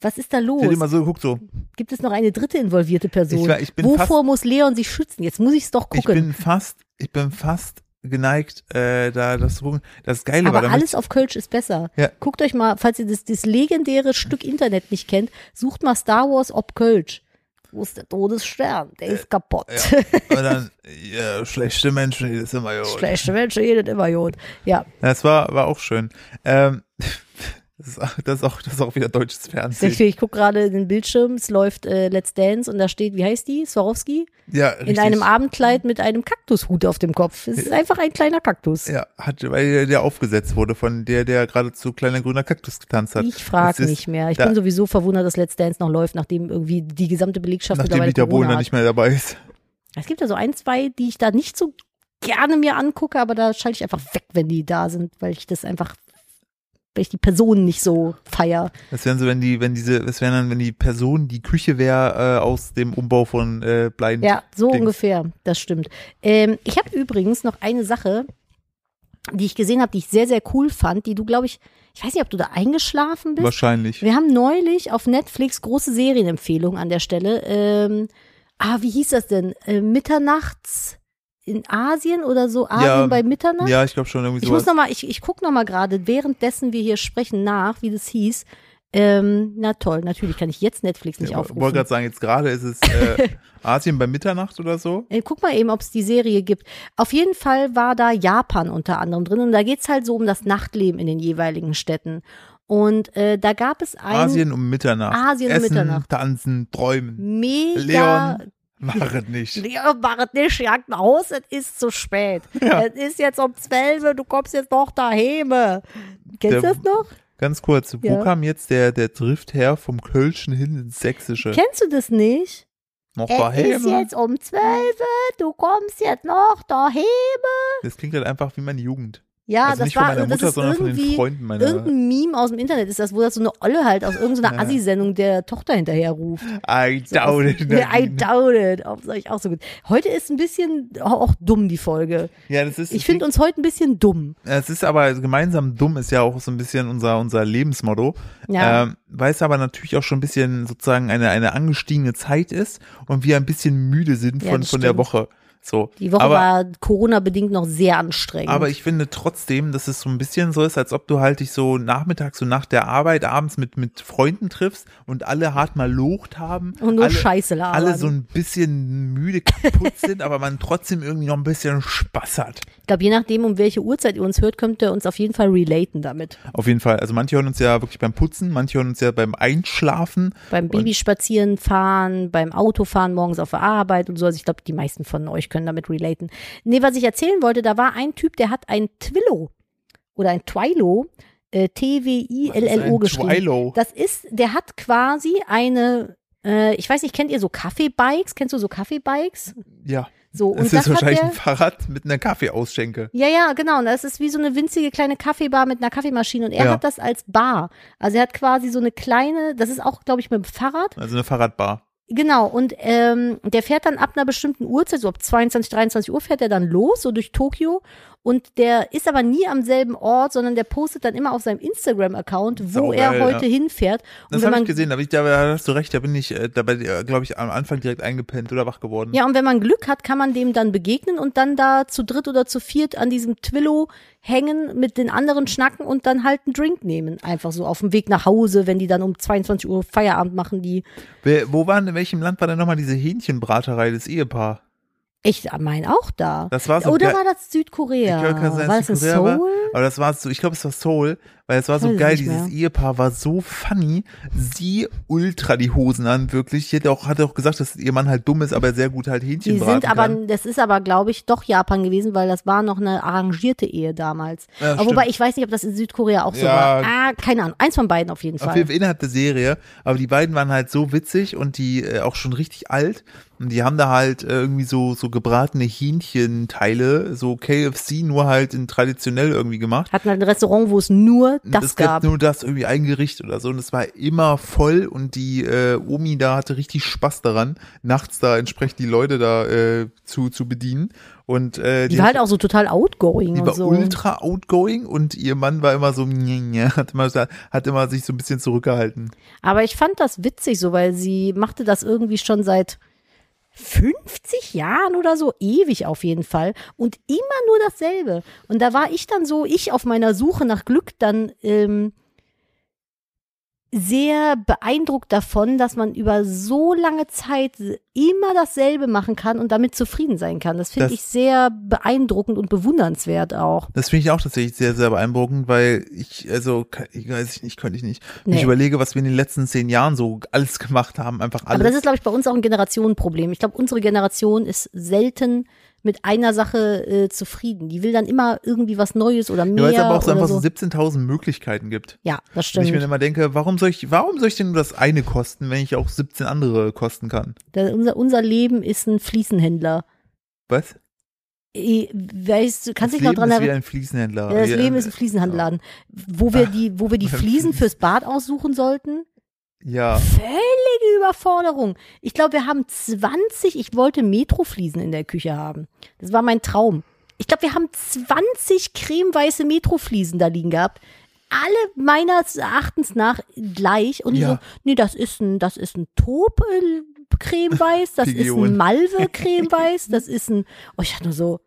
Was ist da los?
Ich hätte immer so geguckt, so.
Gibt es noch eine dritte involvierte Person?
Ich war- ich bin
Wovor
fast-
muss Leon sich schützen? Jetzt muss ich es doch
Ich
gucken.
bin fast, ich bin fast geneigt, äh, da das zu gucken. Das Geile
Aber
war damit.
alles auf Kölsch ist besser.
Ja.
Guckt euch mal, falls ihr das, das legendäre Stück Internet nicht kennt, sucht mal Star Wars ob Kölsch. Wo ist der Todesstern? Der
Äh,
ist kaputt.
Und dann, ja, schlechte Menschen, die das immer gut.
[LAUGHS] Schlechte Menschen jedes immer Jod. Ja,
Das war, war auch schön. Ähm, [LAUGHS] das, ist, auch- das, ist auch, das ist auch wieder deutsches
ich,
Fernsehen.
ich gucke gerade den Bildschirm, es läuft äh, Let's Dance und da steht, wie heißt die? Swarovski?
Ja, richtig.
In einem Abendkleid mit einem Kaktushut auf dem Kopf. Es ist einfach ein kleiner Kaktus.
Ja, hat, weil der, der aufgesetzt wurde von der, der geradezu kleiner grüner Kaktus getanzt hat.
Ich frage
Das ist-
nicht mehr. Ich
da-
bin sowieso verwundert, dass Let's Dance noch läuft, nachdem irgendwie die gesamte Belegschaft
Nachdem
mittlerweile
Dieter Bohlen
Corona
da
hat.
nicht mehr dabei ist.
Es gibt ja so ein, zwei, die ich da nicht so gerne mir angucke, aber da schalte ich einfach weg, wenn die da sind, weil ich das einfach, weil ich die Personen nicht so feier.
Das wären so, wenn die, wenn diese, das wären dann, wenn die Person die Küche wäre äh, aus dem Umbau von äh, Blind.
Ja, so
Dings.
ungefähr, das stimmt. Ähm, ich habe übrigens noch eine Sache, die ich gesehen habe, die ich sehr, sehr cool fand, die du, glaube ich, ich weiß nicht, ob du da eingeschlafen bist.
Wahrscheinlich.
Wir haben neulich auf Netflix große Serienempfehlungen an der Stelle. Ähm, ah, wie hieß das denn? Äh, Mitternachts in Asien oder so? Asien bei Mitternacht?
Ja, ich glaube schon irgendwie
Ich muss
sowas.
noch mal, ich, ich guck noch mal gerade, währenddessen wir hier sprechen, nach, wie das hieß. Ähm, na toll, natürlich kann ich jetzt Netflix nicht
Ja,
aufrufen.
wollte gerade sagen, jetzt gerade ist es
[LAUGHS]
äh, Asien bei Mitternacht oder so.
Äh, Guck mal eben, ob es die Serie gibt. Auf jeden Fall war da Japan unter anderem drin und da geht's halt so um das Nachtleben in den jeweiligen Städten. Und äh, da gab es einen
Asien um Mitternacht.
Asien um
Essen,
Mitternacht.
Tanzen, Träumen.
mega
Leon. Waret nicht.
Leon, machet nicht Jagd aus, es ist zu spät.
[LAUGHS]
Es ist jetzt um 12 Uhr, du kommst jetzt noch daheim. Kennst
Der-
du das noch?
Ganz kurz, wo
Ja.
kam jetzt der, der Drift her vom Kölschen hin ins Sächsische?
Kennst du das nicht?
Noch
Es ist
daheim.
jetzt um 12, du kommst jetzt noch daheim.
Das klingt halt einfach wie meine Jugend.
Ja,
also
Ah, das
nicht
war
von meiner Mutter,
das ist
sondern von den
irgendwie
Freunden meiner.
irgendein Meme aus dem Internet ist das, wo das so eine Olle halt aus irgendeiner
Ja.
Assi-Sendung der Tochter hinterher ruft.
I doubt it. ne?
I doubt it. Ob ich auch so gut. Heute ist ein bisschen auch, auch dumm die Folge.
Ja, das ist,
Ich finde uns heute ein bisschen dumm.
es ist aber gemeinsam dumm, ist ja auch so ein bisschen unser, unser Lebensmotto.
Ja.
Ähm, weil es aber natürlich auch schon ein bisschen sozusagen eine, eine angestiegene Zeit ist und wir ein bisschen müde sind
Ja,
von,
das
von der
stimmt.
Woche. So.
Die Woche
aber,
war Corona bedingt noch sehr anstrengend.
Aber ich finde trotzdem, dass es so ein bisschen so ist, als ob du halt dich so nachmittags, so nach der Arbeit, abends mit, mit Freunden triffst und alle hart mal locht haben.
und nur
alle,
Scheiße labern.
Alle so ein bisschen müde kaputt [LAUGHS] sind, aber man trotzdem irgendwie noch ein bisschen Spaß hat.
ich glaube, je nachdem, um welche Uhrzeit ihr uns hört, könnt ihr uns auf jeden Fall relaten damit.
Auf jeden Fall. Also manche hören uns ja wirklich beim Putzen, manche hören uns ja beim Einschlafen.
Beim Baby spazieren fahren, beim Autofahren morgens auf der Arbeit und so. Also ich glaube, die meisten von euch können damit relaten. Nee, was ich erzählen wollte, da war ein Typ, der hat ein Twillo oder ein Twilo, äh, T-W-I-L-L-O
Das ist ein
geschrieben.
Twilo.
Das ist, der hat quasi eine, äh, ich weiß nicht, kennt ihr so Kaffeebikes? Kennst du so Kaffeebikes?
Ja.
So, und
Es ist
das hat
wahrscheinlich
der,
ein Fahrrad mit einer Kaffeeausschenke.
ja, ja, genau. Und das ist wie so eine winzige kleine Kaffeebar mit einer Kaffeemaschine. Und er
Ja.
hat das als Bar. Also er hat quasi so eine kleine, das ist auch, glaube ich, mit dem Fahrrad.
Also eine Fahrradbar.
Genau, und ähm, der fährt dann ab einer bestimmten Uhrzeit, so ab 22, 23 Uhr fährt er dann los, so durch Tokio. Und der ist aber nie am selben Ort, sondern der postet dann immer auf seinem Instagram-Account, wo
Saugeil,
er heute
ja.
hinfährt. Und
Das
wenn
habe ich
man,
gesehen, da, bin ich, da hast du recht, da bin ich äh, dabei, glaube ich, am Anfang direkt eingepennt oder wach geworden.
ja, und wenn man Glück hat, kann man dem dann begegnen und dann da zu dritt oder zu viert an diesem Twillo hängen, mit den anderen schnacken und dann halt einen Drink nehmen. Einfach so auf dem Weg nach Hause, wenn die dann um 22 Uhr Feierabend machen, die
Wer, wo waren, in welchem Land war denn nochmal diese Hähnchenbraterei des Ehepaar?
ich meine auch da.
Das war so
Oder
geil-
war das Südkorea?
Ich glaube, kann sein,
war
dass
das in
Südkorea war,
Seoul?
aber das war so, ich glaube, es war Seoul, weil es war so
Weiß ich
geil,
nicht
dieses Ehepaar war so funny, sie ultra die Hosen an, wirklich. Sie hat auch, hat auch gesagt, dass ihr Mann halt dumm ist, aber sehr gut halt Hähnchen
Die
braten
sind aber,
kann.
das ist aber, glaube ich, doch Japan gewesen, weil das war noch eine arrangierte Ehe damals.
Ja,
aber wobei
stimmt.
ich weiß nicht, ob das in Südkorea auch so
Ja.
war. Ah, keine Ahnung. Eins von beiden auf jeden
Auf
Fall.
jeden Fall innerhalb der Serie, aber die beiden waren halt so witzig und die äh, auch schon richtig alt und die haben da halt äh, irgendwie so so gebratene Hähnchenteile, so KFC nur halt in traditionell irgendwie gemacht.
Hatten halt ein Restaurant, wo es nur nur das,
es
gab.
nur das irgendwie ein Gericht oder so und es war immer voll und die äh, Omi da hatte richtig Spaß daran, nachts da entsprechend die Leute da äh, zu, zu bedienen und äh,
die war halt auch so total outgoing
die
und
war
so.
ultra outgoing und ihr Mann war immer so, nye, nye, hat immer, hat immer sich so ein bisschen zurückgehalten.
Aber ich fand das witzig so, weil sie machte das irgendwie schon seit 50 Jahren oder so, ewig auf jeden Fall. Und immer nur dasselbe. Und da war ich dann so, ich auf meiner Suche nach Glück dann ähm, sehr beeindruckt davon, dass man über so lange Zeit immer dasselbe machen kann und damit zufrieden sein kann. Das finde
Das-
ich sehr beeindruckend und bewundernswert auch.
Das finde ich auch tatsächlich sehr, sehr beeindruckend, weil ich, also, ke- ich weiß nicht, könnte ich nicht. Wenn
Nee.
ich überlege, was wir in den letzten zehn Jahren so alles gemacht haben, einfach alles.
Aber das ist, glaube ich, bei uns auch ein Generationenproblem. Ich glaube, unsere Generation ist selten mit einer Sache äh, zufrieden. Die will dann immer irgendwie was Neues oder
ja,
mehr.
weil es aber auch so
oder
einfach so
so.
17.000 Möglichkeiten gibt.
ja, das
Und ich mir
stimmt.
dann immer denke, warum soll ich, warum soll ich denn nur das eine kosten, wenn ich auch 17 andere kosten kann?
Da, unser, unser Leben ist ein Fliesenhändler.
Was?
Eh, Weißt, du, kannst
das
dich noch
Leben
dran
ist wie
erinnern?
ein äh, Fließenhändler.
Ja, das
Wie
Leben
ein-
ist ein Fliesenhandladen.
Genau.
Wo wir die, wo wir
[LAUGHS]
die
Beim
Fliesen
Fließen.
fürs Bad aussuchen sollten?
Ja.
Völlige Überforderung. Ich glaube, wir haben 20, ich wollte Metrofliesen in der Küche haben. Das war mein Traum. Ich glaube, wir haben 20 cremeweiße Metrofliesen da liegen gehabt. Alle meines Erachtens nach gleich. Und ich
Ja.
so, nee, das ist ein, das ist ein Top äh, cremeweiß, das ist ein
Pigeon.
Malve cremeweiß, das ist ein, oh, ich dachte nur so,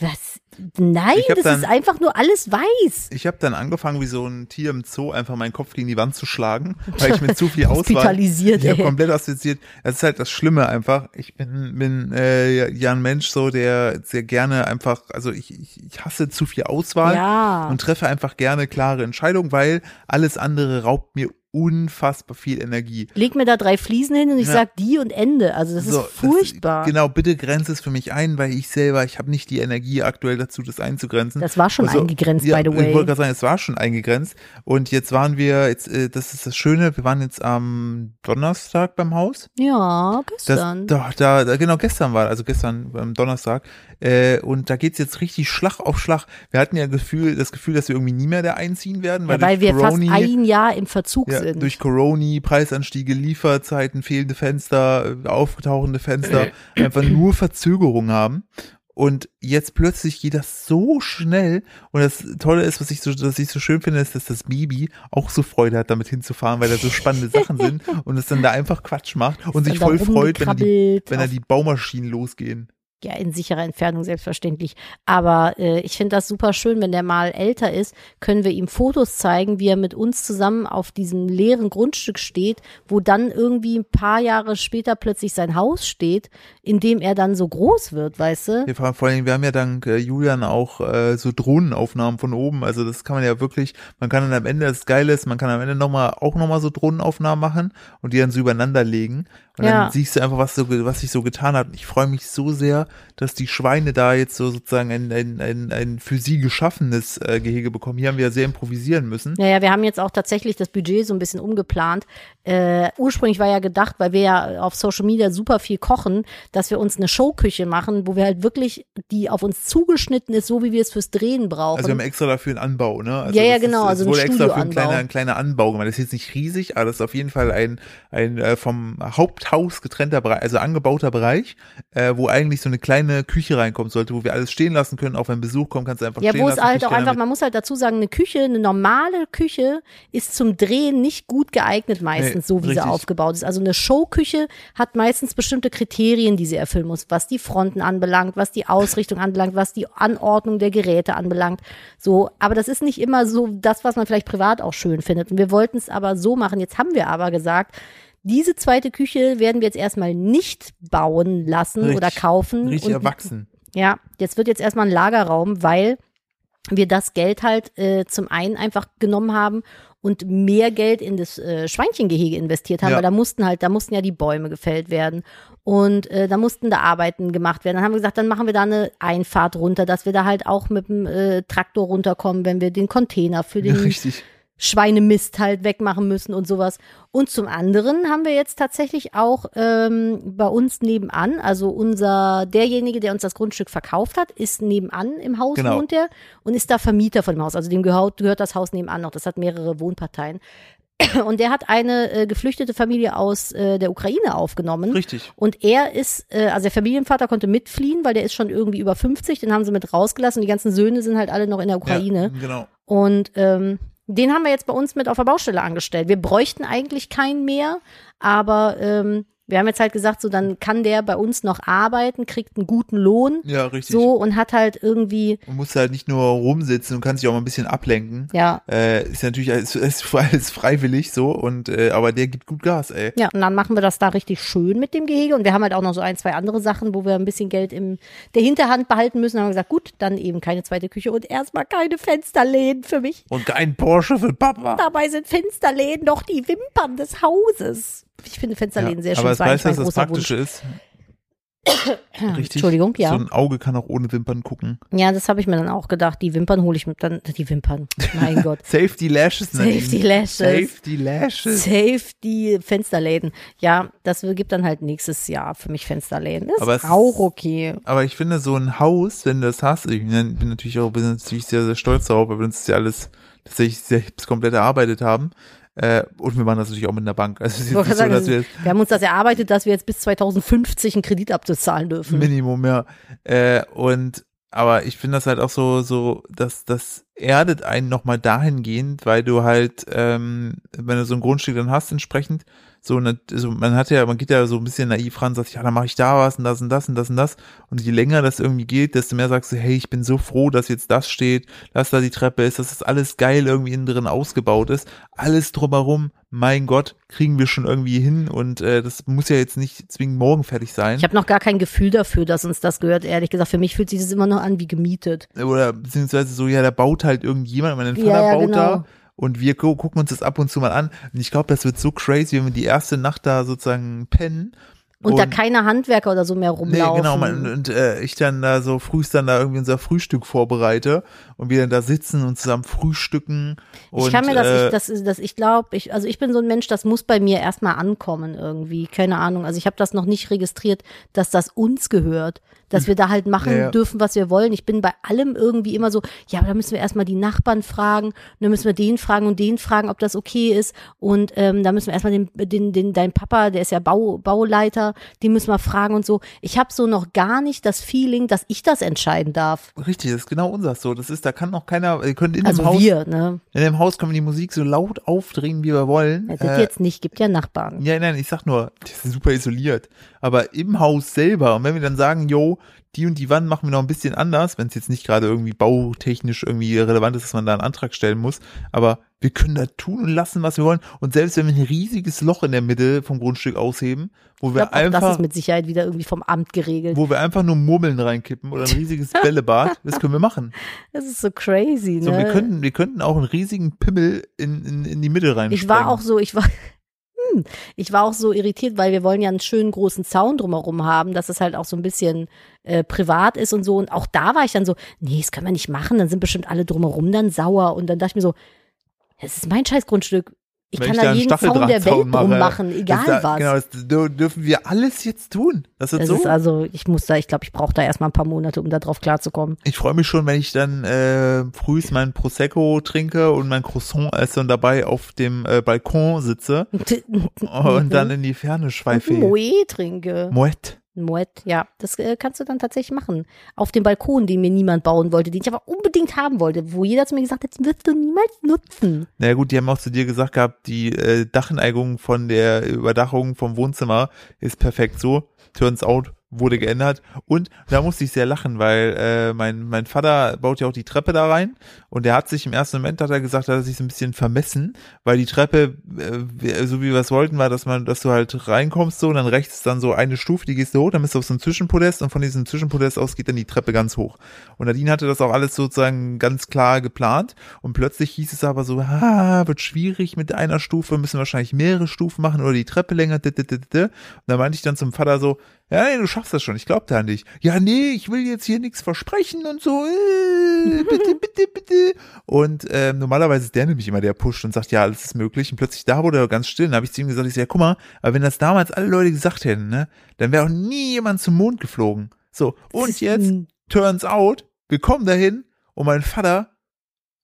was? Nein,
Ich hab
das
dann-
ist einfach nur alles weiß.
Ich habe dann angefangen, wie so ein Tier im Zoo, einfach meinen Kopf gegen die Wand zu schlagen, weil ich mit zu
[LAUGHS]
viel Auswahl.
Hospitalisiert,
Ich habe
ey.
komplett assoziiert. Das ist halt das Schlimme einfach. Ich bin, bin äh, ja ein Mensch so, der sehr gerne einfach, also ich, ich, ich hasse zu viel Auswahl
Ja.
und treffe einfach gerne klare Entscheidungen, weil alles andere raubt mir unfassbar viel Energie.
leg mir da drei Fliesen hin und ich
Ja.
sag die und Ende. Also das
So,
ist furchtbar. Das,
genau, bitte grenze es für mich ein, weil ich selber, ich habe nicht die Energie aktuell dazu, das einzugrenzen. Also,
war schon eingegrenzt, by the
Ich wollte
way.
gerade sagen, es war schon eingegrenzt. Und jetzt waren wir, jetzt, äh, das ist das Schöne, wir waren jetzt am Donnerstag beim Haus.
Ja,
Das,
gestern.
da, da, da, genau, gestern war, also gestern am Donnerstag. Äh, und da geht's jetzt richtig Schlag auf Schlag. Wir hatten ja Gefühl, das Gefühl, dass wir irgendwie nie mehr da einziehen werden, weil,
ja, weil
durch
wir fast
Coroni-
ein Jahr im Verzug
ja,
sind.
durch Corona, Preisanstiege, Lieferzeiten, fehlende Fenster, äh, aufgetauchende Fenster, einfach nur Verzögerung haben. Und jetzt plötzlich geht das so schnell. Und das Tolle ist, was ich so, dass ich so schön finde, ist, dass das Baby auch so Freude hat, damit hinzufahren, weil da so spannende Sachen
[LAUGHS]
sind und es dann da einfach Quatsch macht und sich
Dann da
voll freut, wenn, er die,
rumgekrabbelt,
wenn da
auf-
die Baumaschinen losgehen.
ja, in sicherer Entfernung selbstverständlich. Aber äh, ich finde das super schön, wenn der mal älter ist, können wir ihm Fotos zeigen, wie er mit uns zusammen auf diesem leeren Grundstück steht, wo dann irgendwie ein paar Jahre später plötzlich sein Haus steht, in dem er dann so groß wird, weißt du?
Wir fahren vor allem, wir haben ja dank äh, Julian auch äh, so Drohnenaufnahmen von oben. Also das kann man ja wirklich, man kann dann am Ende, das Geile ist, man kann am Ende noch mal, auch nochmal so Drohnenaufnahmen machen und die dann so übereinander legen. Und
Ja.
dann siehst du einfach, was, so, ge- was sich so getan hat. Und ich freue mich so sehr, dass die Schweine da jetzt so sozusagen ein, ein, ein, ein für sie geschaffenes äh, Gehege bekommen. Hier haben wir ja sehr improvisieren müssen.
Naja, wir haben jetzt auch tatsächlich das Budget so ein bisschen umgeplant. Äh, ursprünglich war ja gedacht, weil wir ja auf Social Media super viel kochen, dass wir uns eine Showküche machen, wo wir halt wirklich, die auf uns zugeschnitten ist, so wie wir es fürs Drehen brauchen.
Also wir haben extra dafür einen Anbau, ne? Also
Ja, ja,
das ist-
genau,
Es
also ein
wurde extra für ein
Studioanbau.
kleiner, ein kleiner Anbau gemacht. Das ist jetzt nicht riesig, aber das ist auf jeden Fall ein, ein äh, vom Haupthaus getrennter Bereich, also angebauter Bereich, äh, wo eigentlich so eine kleine Küche reinkommen sollte, wo wir alles stehen lassen können. Auch wenn Besuch kommt, kannst du einfach
ja,
stehen
wo
lassen.
es halt auch
Tischdecker
einfach,
mit-
man muss halt dazu sagen, eine Küche, eine normale Küche ist zum Drehen nicht gut geeignet meistens,
Nee,
so wie sie
richtig.
aufgebaut ist. Also eine Showküche hat meistens bestimmte Kriterien, die sie erfüllen muss, was die Fronten anbelangt, was die Ausrichtung anbelangt, was die Anordnung der Geräte anbelangt. So, aber das ist nicht immer so das, was man vielleicht privat auch schön findet. Und wir wollten es aber so machen. Jetzt haben wir aber gesagt, diese zweite Küche werden wir jetzt erstmal nicht bauen lassen oder
Richtig.
kaufen.
richtig
und [LAUGHS]
erwachsen.
ja, jetzt wird jetzt erstmal ein Lagerraum, weil wir das Geld halt äh, zum einen einfach genommen haben und mehr Geld in das äh, Schweinchengehege investiert haben,
Ja.
weil da mussten halt, da mussten ja die Bäume gefällt werden und äh, da mussten da Arbeiten gemacht werden. Dann haben wir gesagt, dann machen wir da eine Einfahrt runter, dass wir da halt auch mit dem äh, Traktor runterkommen, wenn wir den Container für
Ja, [LAUGHS]
den
richtig.
Schweinemist halt wegmachen müssen und sowas. Und zum anderen haben wir jetzt tatsächlich auch ähm, bei uns nebenan, also unser derjenige, der uns das Grundstück verkauft hat, ist nebenan im Haus
Genau.
wohnt er und ist da Vermieter von dem Haus. Also dem gehört, gehört das Haus nebenan noch. Das hat mehrere Wohnparteien. [CLEARS THROAT] Und der hat eine äh, geflüchtete Familie aus äh, der Ukraine aufgenommen.
Richtig.
Und er ist, äh, also der Familienvater konnte mitfliehen, weil der ist schon irgendwie über 50, den haben sie mit rausgelassen. Die ganzen Söhne sind halt alle noch in der Ukraine.
Ja, genau.
Und ähm, den haben wir jetzt bei uns mit auf der Baustelle angestellt. Wir bräuchten eigentlich keinen mehr, aber ähm, wir haben jetzt halt gesagt, so dann kann der bei uns noch arbeiten, kriegt einen guten Lohn,
Ja, richtig.
so und hat halt irgendwie,
Man muss halt nicht nur rumsitzen und kann sich auch mal ein bisschen ablenken.
ja,
Äh, ist natürlich alles, [LAUGHS] ist alles freiwillig so und äh, aber der gibt gut Gas, ey.
Ja, und dann machen wir das da richtig schön mit dem Gehege. Und wir haben halt auch noch so ein, zwei andere Sachen, wo wir ein bisschen Geld im der Hinterhand behalten müssen. Dann haben wir gesagt, gut, dann eben keine zweite Küche und erstmal keine Fensterläden für mich.
Und kein Porsche für Papa.
Dabei sind Fensterläden doch die Wimpern des Hauses. Ich finde Fensterläden sehr schön.
aber es
war
weiß,
eigentlich
dass das
mein großer
Praktische ist.
[COUGHS] Wunsch.
Richtig.
Entschuldigung, ja.
So ein Auge kann auch ohne Wimpern gucken.
ja, das habe ich mir dann auch gedacht. Die Wimpern hole ich mir dann. Die Wimpern.
[LAUGHS]
Mein Gott.
Safety Lashes. nennt
Safety
ihn.
Lashes.
Safety Lashes.
Safe die Fensterläden. Ja, das gibt dann halt nächstes Jahr für mich Fensterläden. Das
Aber es-
ist auch okay.
Aber ich finde, so ein Haus, wenn du das hast, ich bin bin natürlich auch bin natürlich sehr, sehr stolz darauf, weil wir uns das ja alles tatsächlich selbst komplett erarbeitet haben. Äh, und wir machen das natürlich auch mit einer Bank. Also es ist
Ich
jetzt
wollte
nicht so,
sagen,
dass wir
wir,
jetzt
wir haben uns das erarbeitet, dass wir jetzt bis 2050 einen Kredit abzuzahlen dürfen.
Minimum, ja. Äh, und aber ich finde das halt auch so, so, dass das erdet einen nochmal dahingehend, weil du halt, ähm, wenn du so ein Grundstück dann hast, entsprechend, so, ne, so man hat ja, man geht ja so ein bisschen naiv ran, sagt, ja, dann mache ich da was und das und das und das und das. Und je länger das irgendwie geht, desto mehr sagst du, hey, ich bin so froh, dass jetzt das steht, dass da die Treppe ist, dass das alles geil irgendwie innen drin ausgebaut ist. Alles drumherum, mein Gott, kriegen wir schon irgendwie hin und äh, das muss ja jetzt nicht zwingend morgen fertig sein.
Ich habe noch gar kein Gefühl dafür, dass uns das gehört, ehrlich gesagt. Für mich fühlt sich das immer noch an wie gemietet.
oder beziehungsweise so, ja, da baut halt irgendjemand, mein Vater
Ja, ja,
baut da
genau.
und wir gu gucken uns das ab und zu mal an. Und ich glaube, das wird so crazy, wenn wir die erste Nacht da sozusagen pennen.
Und, da keine Handwerker oder so mehr
Nee,
rumlaufen.
genau, man, und äh, ich dann da so frühst dann da irgendwie unser Frühstück vorbereite und wir dann da sitzen und zusammen frühstücken. Und,
ich kann mir das,
äh,
ich, das, das ich glaube, ich, also ich bin so ein Mensch, das muss bei mir erstmal ankommen irgendwie. Keine Ahnung. Also ich habe das noch nicht registriert, dass das uns gehört. Dass wir da halt machen
Ja, ja.
dürfen, was wir wollen. Ich bin bei allem irgendwie immer so, ja, aber da müssen wir erstmal die Nachbarn fragen, und dann müssen wir den fragen und den fragen, ob das okay ist. Und ähm, da müssen wir erstmal den, den, den, dein Papa, der ist ja Bau, Bauleiter, den müssen wir fragen und so. Ich habe so noch gar nicht das Feeling, dass ich das entscheiden darf.
Richtig, das ist genau unser so. Das ist, da kann noch keiner, ihr könnt in
Also
dem Haus,
wir, ne?
in dem Haus können wir die Musik so laut aufdrehen, wie wir wollen.
Ja, Das
Äh,
jetzt nicht, gibt ja Nachbarn.
Ja, nein, ich sag nur, das ist super isoliert. Aber im Haus selber, und wenn wir dann sagen, yo, die und die Wand machen wir noch ein bisschen anders, wenn es jetzt nicht gerade irgendwie bautechnisch irgendwie relevant ist, dass man da einen Antrag stellen muss, aber wir können da tun und lassen, was wir wollen. Und selbst wenn wir ein riesiges Loch in der Mitte vom Grundstück ausheben, wo wir
Ich glaub, auch das
einfach,
ist mit Sicherheit wieder irgendwie vom Amt geregelt.
wo wir einfach nur Murmeln reinkippen oder ein riesiges
[LAUGHS]
Bällebad, das können wir machen.
Das ist so crazy, ne?
So, wir könnten, wir könnten auch einen riesigen Pimmel in, in, in die Mitte rein.
ich war auch so, ich war, [LAUGHS] Hm. ich war auch so irritiert, weil wir wollen ja einen schönen großen Zaun drumherum haben, dass es halt auch so ein bisschen äh, privat ist und so. Und auch da war ich dann so, nee, das können wir nicht machen, dann sind bestimmt alle drumherum dann sauer. Und dann dachte ich mir so, das ist mein scheiß Grundstück. Ich
Wenn
kann
ich da
da
einen
jeden Zaun der
Stacheldrahtzaun
Welt drum
mache,
machen, egal
das, da-
was.
Genau, das dür- dürfen wir alles jetzt tun. Das ist
das
so.
ist also, ich muss da, ich glaube, ich brauche da erstmal ein paar Monate, um da drauf
[LAUGHS]
klarzukommen. [LAUGHS]
Ich freue mich schon, wenn ich dann äh, frühs meinen Prosecco trinke und mein Croissant esse und dabei auf dem äh, Balkon sitze und dann in die Ferne
Mhm.
schweife.
Moe trinke.
Moet.
Moet, ja, das äh, kannst du dann tatsächlich machen. Auf dem Balkon, den mir niemand bauen wollte, den ich aber unbedingt haben wollte, wo jeder zu mir gesagt hat, das wirst du niemals nutzen.
Na ja, gut, die haben auch zu dir gesagt gehabt, die äh, Dachneigung von der Überdachung vom Wohnzimmer ist perfekt so. Turns out wurde geändert und da musste ich sehr lachen, weil äh, mein mein Vater baut ja auch die Treppe da rein und der hat sich im ersten Moment hat er gesagt, hat er sich so ein bisschen vermessen, weil die Treppe äh, wir- so wie wir es wollten war, dass man dass du halt reinkommst so und dann rechts ist dann so eine Stufe, die gehst du hoch, dann bist du auf so einem Zwischenpodest und von diesem Zwischenpodest aus geht dann die Treppe ganz hoch. Und Nadine hatte das auch alles sozusagen ganz klar geplant. Und plötzlich hieß es aber so, ah, wird schwierig mit einer Stufe, müssen wahrscheinlich mehrere Stufen machen oder die Treppe länger. dit, dit, dit, dit. Und da meinte ich dann zum Vater so, Ja, nee, du schaffst das schon. Ich glaube da an dich. Ja, nee, ich will jetzt hier nichts versprechen und so.
[LAUGHS]
Äh, bitte, bitte, bitte. Und ähm, normalerweise ist der nämlich immer der pusht und sagt, ja, alles ist möglich. Und plötzlich da wurde er ganz still. Dann habe ich zu ihm gesagt, ich sage, ja, guck mal, aber wenn das damals alle Leute gesagt hätten, ne, dann wäre auch nie jemand zum Mond geflogen. So, und jetzt, turns out, wir kommen dahin und mein Vater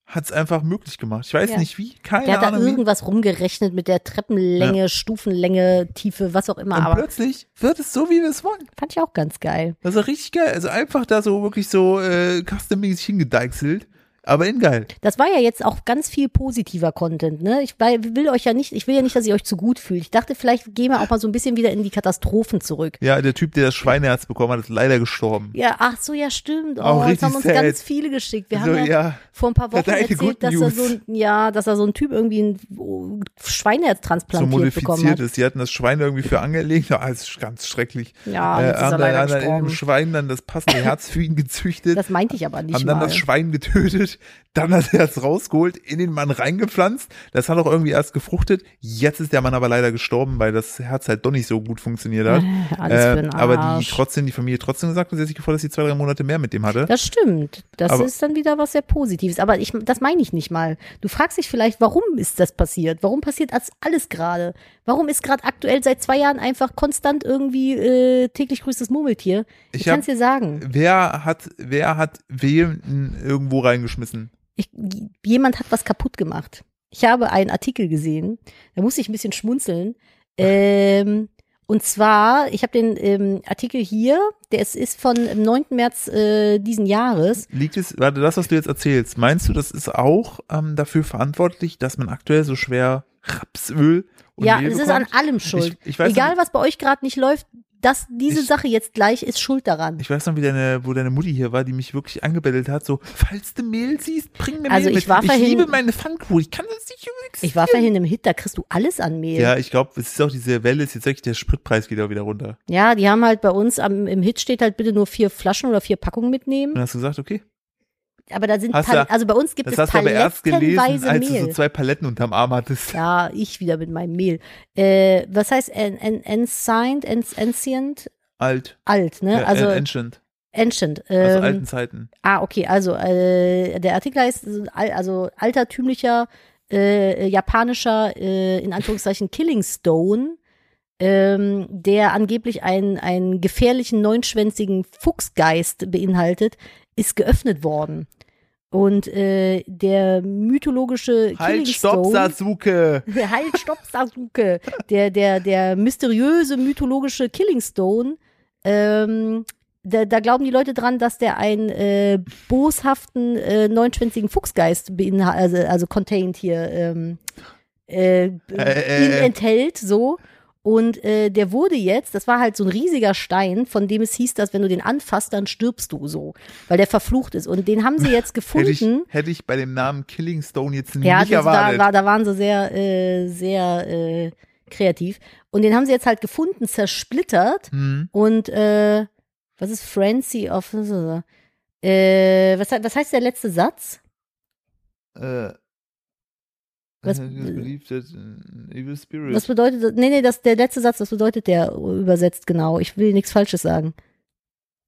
hat es einfach möglich gemacht. Ich weiß
Ja.
nicht wie, keine
Der hat da
Ahnung. wie.
irgendwas rumgerechnet mit der Treppenlänge, Stufenlänge, Tiefe, was auch immer.
Und
Aber
plötzlich wird es so, wie wir es wollen.
fand ich auch ganz geil.
Das ist doch richtig geil. Also einfach da so wirklich so äh, custom-mäßig hingedeichselt, aber in geil.
Das war ja jetzt auch ganz viel positiver Content, ne? Ich weil- will euch ja nicht, ich will ja nicht, dass ihr euch zu gut fühlt. Ich dachte, vielleicht gehen wir auch mal so ein bisschen wieder in die Katastrophen zurück.
Ja, der Typ, der das Schweineherz bekommen hat, ist leider gestorben.
Ja, ach so, ja, stimmt.
Auch
Oh, jetzt
richtig
haben uns
sad.
ganz viele geschickt. Wir
so,
haben ja,
Also, ja.
vor ein paar Wochen
hat eine
erzählt,
gute
dass er, so
News.
ein, ja, dass er so ein Typ irgendwie ein Schweineherz
So
transplantiert bekommen
modifiziert
hat.
ist. Die hatten das Schwein irgendwie für angelegt. Ja, das ist ganz schrecklich.
Ja,
äh,
jetzt ist er
haben
leider
dann, haben dann in dem
gestorben.
Schwein dann das passende Herz für ihn gezüchtet.
Das meinte ich aber nicht
haben dann
mal.
das Schwein getötet, dann das Herz rausgeholt, in den Mann reingepflanzt. Das hat auch irgendwie erst gefruchtet. Jetzt ist der Mann aber leider gestorben, weil das Herz halt doch nicht so gut funktioniert hat.
[LAUGHS] Alles für den
Äh, aber die
Arsch.
trotzdem, die Familie trotzdem gesagt und sie hat sich gefreut, dass sie zwei, drei Monate mehr mit dem hatte.
Das stimmt. Das
Aber-
ist dann wieder was sehr Positives. Aber ich, das meine ich nicht mal. Du fragst dich vielleicht, warum ist das passiert? Warum passiert das alles gerade? Warum ist gerade aktuell seit zwei Jahren einfach konstant irgendwie äh, täglich grüßt das Murmeltier? Ich,
Ich
kann's
hab-
dir sagen.
Wer hat, wer hat wem irgendwo reingeschmissen?
Ich, jemand hat was kaputt gemacht. Ich habe einen Artikel gesehen. Da musste ich ein bisschen schmunzeln. Ähm, und zwar, ich habe den ähm, Artikel hier, der ist, ist von ähm, 9. März äh, diesen Jahres.
Liegt es, warte, das, was du jetzt erzählst, meinst du, das ist auch ähm, dafür verantwortlich, dass man aktuell so schwer Rapsöl und
Ja,
Mehl
es ist an
bekommt?
allem schuld.
Ich, ich weiß
Egal,
Noch,
was bei euch gerade nicht läuft, dass diese
Ich-
Sache jetzt gleich ist schuld daran.
ich weiß noch, wie deine, wo deine Mutti hier war, die mich wirklich angebettelt hat, so, falls du Mehl siehst, bring mir
Also
Mehl
ich war
mit. Ich
vorhin-
liebe meine Pfannkuchen, ich kann das nicht übrigens.
Ich war vorhin im Hit, da kriegst du alles an Mehl.
ja, ich glaube, es ist auch diese Welle, ist jetzt wirklich der Spritpreis geht auch wieder runter.
Ja, die haben halt bei uns am, im Hit steht halt bitte nur vier Flaschen oder vier Packungen
Und
mitnehmen.
dann hast du gesagt, okay,
Aber da sind,
Hast
Pal-
du-
also bei uns gibt
das
es
hast du aber erst gelesen,
palettenweise
als du
Mehl.
so zwei Paletten unterm Arm hattest.
ja, ich wieder mit meinem Mehl. Äh, was heißt en, en, ancient, en, ancient?
Alt,
Alt, ne?
ja,
also
äh, ancient,
ancient.
aus
Ähm,
alten Zeiten.
Ah, okay, also äh, der Artikel heißt äh, al- also altertümlicher äh, äh, japanischer äh, in Anführungszeichen Killing Stone, ähm, der angeblich einen, einen gefährlichen neunschwänzigen Fuchsgeist beinhaltet, ist geöffnet worden. Und äh, der mythologische Killing
Halt, stopp,
Stone
Sasuke!
halt, stopp, Sasuke. Der, der, der mysteriöse, mythologische Killing Stone. Ähm, da, da glauben die Leute dran, dass der einen äh, boshaften, äh, neunschwänzigen Fuchsgeist beinhaltet, also, also contained hier, ähm, äh,
äh,
ihn
äh.
enthält, so. Und äh, der wurde jetzt, das war halt so ein riesiger Stein, von dem es hieß, dass wenn du den anfasst, dann stirbst du so, weil der verflucht ist. Und den haben sie jetzt
Hätte ich,
gefunden.
hätte ich bei dem Namen Killing Stone jetzt Hm. nicht
Ja, also da,
erwartet.
war, da waren sie sehr, äh, sehr äh, kreativ. Und den haben sie jetzt halt gefunden, zersplittert.
hm.
Und äh, was ist Frenzy of. Äh, was, he- was heißt der letzte Satz?
äh,
Was-
I just believe that an evil spirit.
Was bedeutet das? Nee, nee, das, der letzte Satz, was bedeutet der übersetzt genau? Ich will nichts Falsches sagen.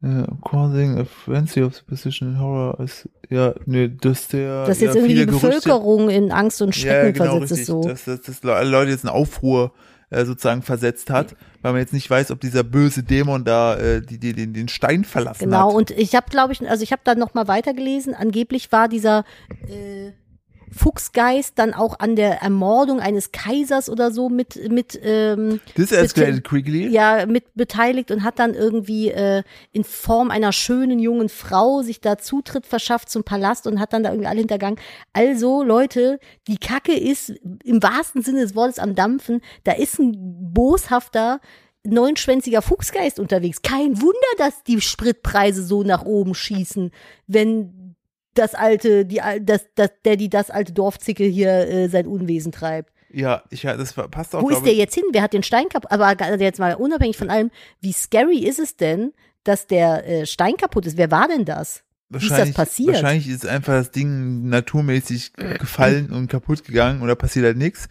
äh, causing a frenzy of superstition and horror is, ja, nee, dass der,
Dass
ja,
jetzt irgendwie die
viele Gerüchte,
Bevölkerung in Angst und Schrecken
ja, genau,
versetzt
richtig,
ist so.
dass, dass, dass alle Leute jetzt einen Aufruhr äh, sozusagen versetzt hat, weil man jetzt nicht weiß, ob dieser böse Dämon da äh, die, die, den, den Stein verlassen
Genau,
hat.
und ich habe, glaube ich, also ich habe dann nochmal weitergelesen. Angeblich war dieser äh, Fuchsgeist dann auch an der Ermordung eines Kaisers oder so mit, mit, ähm,
This escalated quickly.
ja, mit beteiligt und hat dann irgendwie äh, in Form einer schönen jungen Frau sich da Zutritt verschafft zum Palast und hat dann da irgendwie alle hintergangen. Also, Leute, die Kacke ist im wahrsten Sinne des Wortes am Dampfen. Da ist ein boshafter neunschwänziger Fuchsgeist unterwegs. Kein Wunder, dass die Spritpreise so nach oben schießen, wenn das alte, die, al- das, das, der, die das alte Dorfzicke hier äh, sein Unwesen treibt.
Ja, ich, ja das passt auch,
Wo ist
glaube
der
ich.
jetzt hin? Wer hat den Stein kaputt? Aber ga- also jetzt mal unabhängig von allem, wie scary ist es denn, dass der äh, Stein kaputt ist? Wer war denn das? ist das passiert?
Wahrscheinlich
[CLEARS THROAT]
ist einfach das Ding naturmäßig gefallen und kaputt gegangen oder passiert halt nichts.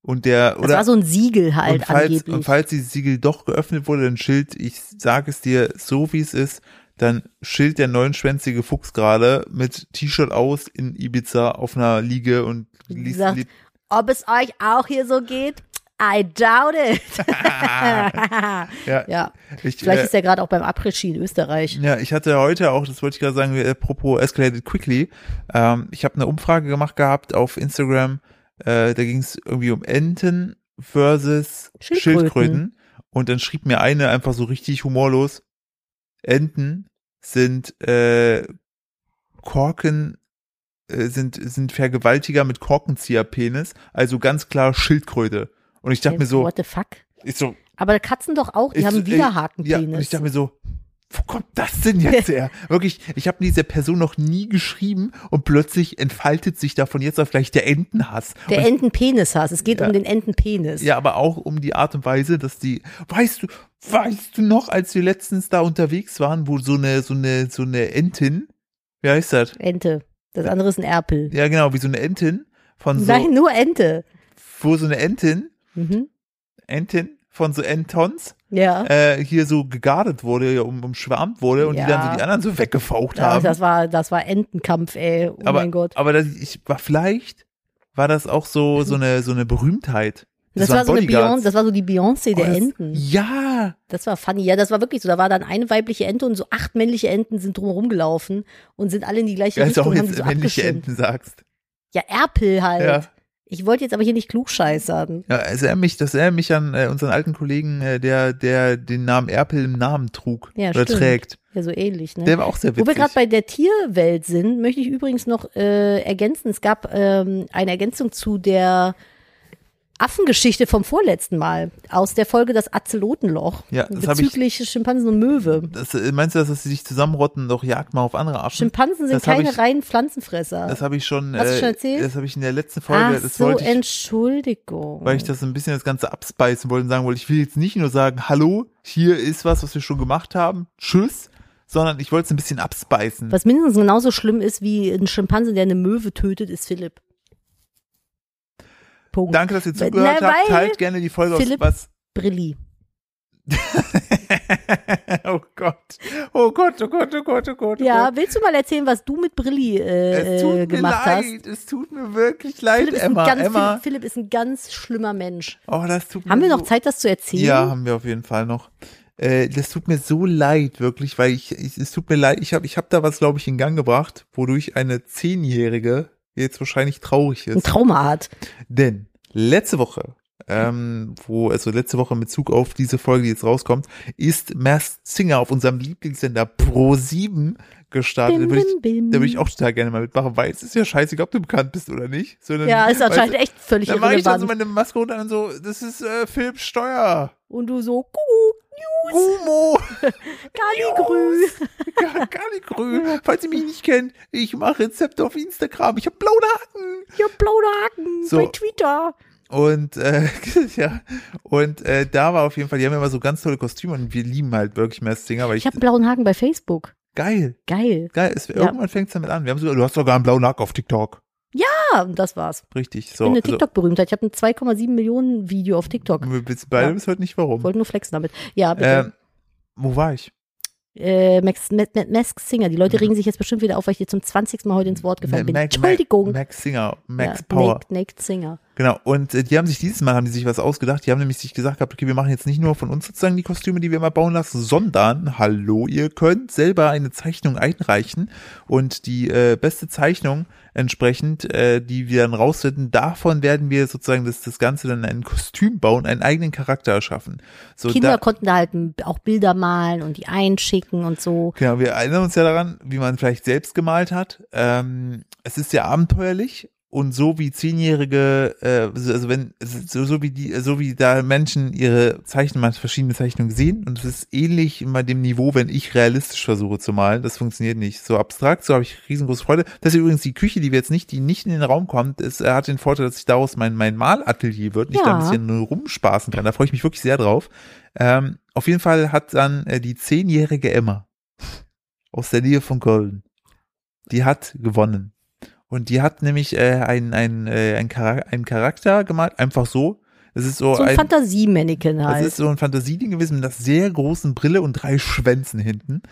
Und der,
Das
oder,
war so ein Siegel halt
und falls,
angeblich.
und falls dieses Siegel doch geöffnet wurde, dann schild, ich sage es dir so wie es ist, dann schild der neunschwänzige Fuchs gerade mit T-Shirt aus in Ibiza auf einer Liege und liest ein
Sagt,
Lied.
Ob es euch auch hier so geht? I doubt
[LAUGHS]
it. [LAUGHS]
Ja,
ja,
ich,
vielleicht
äh,
ist er gerade auch beim Après-Ski in Österreich.
Ja, ich hatte heute auch, das wollte ich gerade sagen, äh, apropos escalated quickly. Ähm, ich habe eine Umfrage gemacht gehabt auf Instagram. Äh, da ging es irgendwie um Enten versus
Schildkröten.
Schildkröten. Und dann schrieb mir eine einfach so richtig humorlos: Enten sind äh, Korken, äh, sind sind Vergewaltiger mit Korkenzieherpenis. Also ganz klar Schildkröte. Und ich dachte mir so,
Äh, What the fuck?
ich so,
Aber Katzen doch auch, die
Ich-
haben einen
ich-
Widerhakenpenis.
ja, und ich dachte mir so, wo kommt das denn
[LAUGHS]
jetzt her? Wirklich, ich habe dieser Person noch nie geschrieben und plötzlich entfaltet sich davon jetzt auf gleich der Entenhass.
der
und,
Entenpenishass. Es geht
Ja.
um den Entenpenis.
ja, aber auch um die Art und Weise, dass die, weißt du, weißt du noch, als wir letztens da unterwegs waren, wo so eine, so eine, so eine Entin, wie heißt das?
Ente. Das andere ist ein Erpel.
Ja, genau, wie so eine Entin von so,
Nein, nur Ente.
wo so eine Entin,
Mhm.
Entin von so Entons,
Ja.
äh, hier so gegardet wurde, ja, um, umschwärmt wurde und
Ja.
die dann so die anderen so weggefaucht
Ja,
haben.
das war, das war Entenkampf, ey. Oh
aber,
mein Gott.
Aber das, ich war vielleicht war das auch so so eine so eine Berühmtheit.
Das, war
waren
so eine
Bodyguards.
Beyoncé, das war so die Beyoncé der
Oh, das-
Enten.
Ja,
Das war funny. Ja, das war wirklich so. Da war dann eine weibliche Ente und so acht männliche Enten sind drumherum gelaufen und sind alle in die gleiche
als du
Richtung.
also auch
und haben die
jetzt männliche
so abgeschirmt.
Enten sagst.
Ja, Erpel halt.
Ja.
Ich wollte jetzt aber hier nicht klugscheißern.
Ja, es erinnert mich, das erinnert mich an äh, unseren alten Kollegen, äh, der der den Namen Erpel im Namen trug
Ja,
oder
stimmt.
trägt.
Ja, so ähnlich, ne?
Der war auch sehr witzig.
Wo wir gerade bei der Tierwelt sind, möchte ich übrigens noch äh, ergänzen. Es gab ähm, eine Ergänzung zu der Affengeschichte vom vorletzten Mal aus der Folge Das Azelotenloch
Ja, das hab ich-
bezüglich Schimpansen und Möwe.
das, äh, meinst du, dass sie sich zusammenrotten, und doch jagt mal auf andere Affen?
Schimpansen sind
das hab
keine
ich-
reinen Pflanzenfresser.
das habe ich schon,
Hast du
äh,
schon erzählt?
das habe ich in der letzten Folge,
Ach
das
so,
wollte ich
Entschuldigung.
weil ich das ein bisschen das Ganze abspeisen wollte und sagen wollte, ich will jetzt nicht nur sagen, hallo, hier ist was, was wir schon gemacht haben, tschüss, sondern ich wollte es ein bisschen abspeisen.
Was mindestens genauso schlimm ist wie ein Schimpanse, der eine Möwe tötet, ist Philipp. Punkt.
Danke, dass ihr
Weil-
zugehört
na,
habt.
weil-
Teilt gerne die Folge
Philipp-
aus
Brilli.
was. [LAUGHS] oh Gott. Oh Gott, oh Gott, oh Gott, oh Gott. oh
Ja,
Gott.
willst du mal erzählen, was du mit Brilli
es
äh,
tut
äh,
mir
gemacht
leid,
hast?
es tut mir wirklich leid,
Philipp ist,
Emma.
ein ganz,
Emma,
Philipp, Philipp ist ein ganz schlimmer Mensch.
oh, das tut
Haben
mir
wir
so
noch Zeit, das zu erzählen?
Ja, haben wir auf jeden Fall noch. Äh, das tut mir so leid, wirklich, weil ich, ich es tut mir leid, ich habe ich hab da was, glaube ich, in Gang gebracht, wodurch eine Zehnjährige jetzt wahrscheinlich traurig
Ein [LAUGHS]
ist.
Trauma hat.
Denn letzte Woche, ähm, wo, also letzte Woche in Bezug auf diese Folge, die jetzt rauskommt, ist Masked Singer auf unserem Lieblingssender Pro7 gestartet. Da
Bim,
würde ich,
bim, bim.
da würde ich auch total gerne mal mitmachen, weil es ist ja scheißegal, ob du bekannt bist oder nicht. Sondern,
Ja, ist
weißt du,
anscheinend echt völlig
Dann mache ich dann so
irrelevant.
meine Maske runter und so, das ist äh, Philipp Steuer.
Und du so, Kuh,
Gummo,
Kaligrü.
Kaligrü. Falls ihr mich nicht kennt, ich mache Rezepte auf Instagram. Ich habe blaue Haken.
Ich hab blauen Haken
So.
bei Twitter.
Und äh, [LAUGHS] ja, und äh, da war auf jeden Fall, die haben immer so ganz tolle Kostüme und wir lieben halt wirklich Masked Singer, weil ich,
Ich hab einen blauen Haken bei Facebook.
geil,
Geil.
geil. Es, Irgendwann fängt es damit an. Wir haben sogar, du hast sogar einen blauen Haken auf TikTok.
Ah, und das war's.
Richtig. So,
Ich bin eine
also,
TikTok-Berühmtheit. Ich habe ein 2,7 Millionen Video auf TikTok.
wir wissen beide
Ja.
bis heute nicht warum.
Wollte nur flexen damit. Ja, bitte.
Ähm, wo war ich?
Äh, Max, Ma Ma Mask Singer. Die Leute regen sich jetzt bestimmt wieder auf, weil ich dir zum 20. Mal heute ins Wort gefallen bin.
Ma- Ma-
Entschuldigung.
Mhm. Max Singer, Max
ja,
Power.
Naked, Naked Singer.
Genau, und äh, die haben sich dieses Mal haben die sich was ausgedacht. Die haben nämlich sich gesagt gehabt, okay, wir machen jetzt nicht nur von uns sozusagen die Kostüme, die wir immer bauen lassen, sondern hallo, ihr könnt selber eine Zeichnung einreichen und die äh, beste Zeichnung entsprechend, äh, die wir dann rausfinden, davon werden wir sozusagen das, das Ganze dann ein Kostüm bauen, einen eigenen Charakter erschaffen. So,
Kinder
da-
konnten da halt m- auch Bilder malen und die einschicken und so.
Genau, wir erinnern uns ja daran, wie man vielleicht selbst gemalt hat. Ähm, es ist sehr abenteuerlich und so wie Zehnjährige, äh, so- also wenn, so, so wie die, so wie da Menschen ihre Zeichnungen, verschiedene Zeichnungen sehen und es ist ähnlich immer dem Niveau, wenn ich realistisch versuche zu malen, das funktioniert nicht. So abstrakt, so habe ich riesengroße Freude. Das ist übrigens die Küche, die wir jetzt nicht, die nicht in den Raum kommt, ist, äh, hat den Vorteil, dass ich daraus mein, mein Malatelier wird, nicht
Ja.
da ein bisschen nur rumspaßen kann. Da freue ich mich wirklich sehr drauf. Ähm, auf jeden Fall hat dann äh, die zehnjährige Emma aus der Nähe von Köln. Die hat gewonnen. Und die hat nämlich äh, einen, einen, äh, einen, Charak einen Charakter gemalt, einfach so. Das ist so,
So ein
ein,
Fantasie-Mannequin
das
halt.
ist so ein Fantasieding gewesen mit einer sehr großen Brille und drei Schwänzen hinten.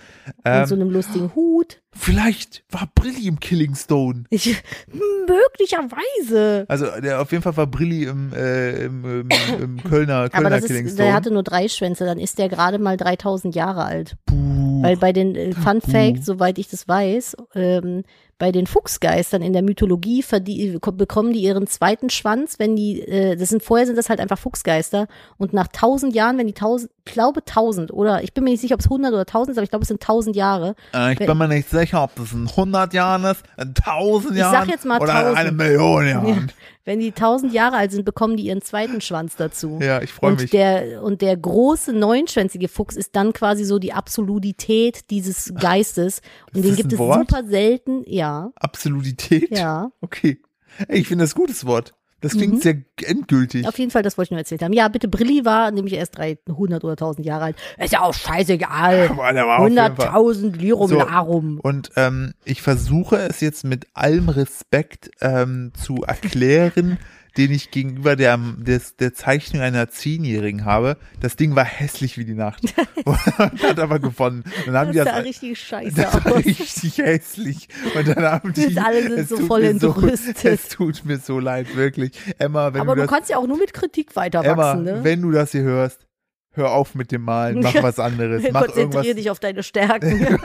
Ähm,
mit so einem lustigen Hut.
vielleicht war Brilli im Killing Stone.
Ich, [LAUGHS] möglicherweise.
Also der, auf jeden Fall war Brilli im, äh, im, im,
[COUGHS]
im Kölner, Kölner
Aber das
Killing
ist,
Stone.
der hatte nur drei Schwänze, dann ist der gerade mal 3000 Jahre alt.
Puh.
Weil bei den äh, Fun
Puh.
Fact, soweit ich das weiß, ähm, bei den Fuchsgeistern in der Mythologie verdie- ko- bekommen die ihren zweiten Schwanz, wenn die, äh, das sind vorher sind das halt einfach Fuchsgeister und nach tausend Jahren, wenn die tausend, ich glaube tausend oder ich bin mir nicht sicher, ob es hundert oder tausend ist, aber ich glaube es sind tausend Jahre.
Äh, ich bin mir nicht sicher, ob das in 100 Jahren ist, in 1000
Ich sag
Jahren
jetzt mal
oder
1000.
in eine Million Jahren.
Wenn die tausend Jahre alt sind, bekommen die ihren zweiten Schwanz dazu.
Ja, ich freue
und
mich.
Der, und der große neunschwänzige Fuchs ist dann quasi so die Absolutität dieses Geistes. Und
Ist
den
das
gibt
ein
es
Wort?
super selten. Ja,
Absolutität.
ja.
Okay. Ey, ich finde das ein gutes Wort. Das klingt
Mhm.
sehr endgültig.
Auf jeden Fall, das wollte ich nur erzählt haben. Ja, bitte, Brilli war nämlich erst 300 oder 1000 Jahre alt. Ist ja auch scheißegal.
Aber der war auf jeden Fall-
100.000 Lirum
So.
Larum.
Und ähm, ich versuche es jetzt mit allem Respekt ähm, zu erklären, [LAUGHS] den ich gegenüber der, des, der Zeichnung einer Zehnjährigen habe. Das Ding war hässlich wie die Nacht.
[LAUGHS]
Und hat aber gewonnen. Dann haben
Das
die
sah
das, [LAUGHS]
richtig scheiße
das war
aus.
richtig hässlich. Und dann haben die.
Jetzt alle sind
es
so
tut
voll
mir
entrüstet.
So, [LAUGHS] es tut mir so leid, wirklich. Emma, wenn
Aber
du
du
das,
kannst ja auch nur mit Kritik
Emma,
weiterwachsen, ne?
wenn du das hier hörst, hör auf mit dem Malen,
[LAUGHS]
mach was anderes, mach irgendwas
Konzentriere dich auf deine Stärken.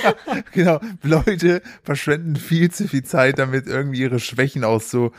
[LAUGHS] genau. Leute verschwenden viel zu viel Zeit damit, irgendwie ihre Schwächen auszu,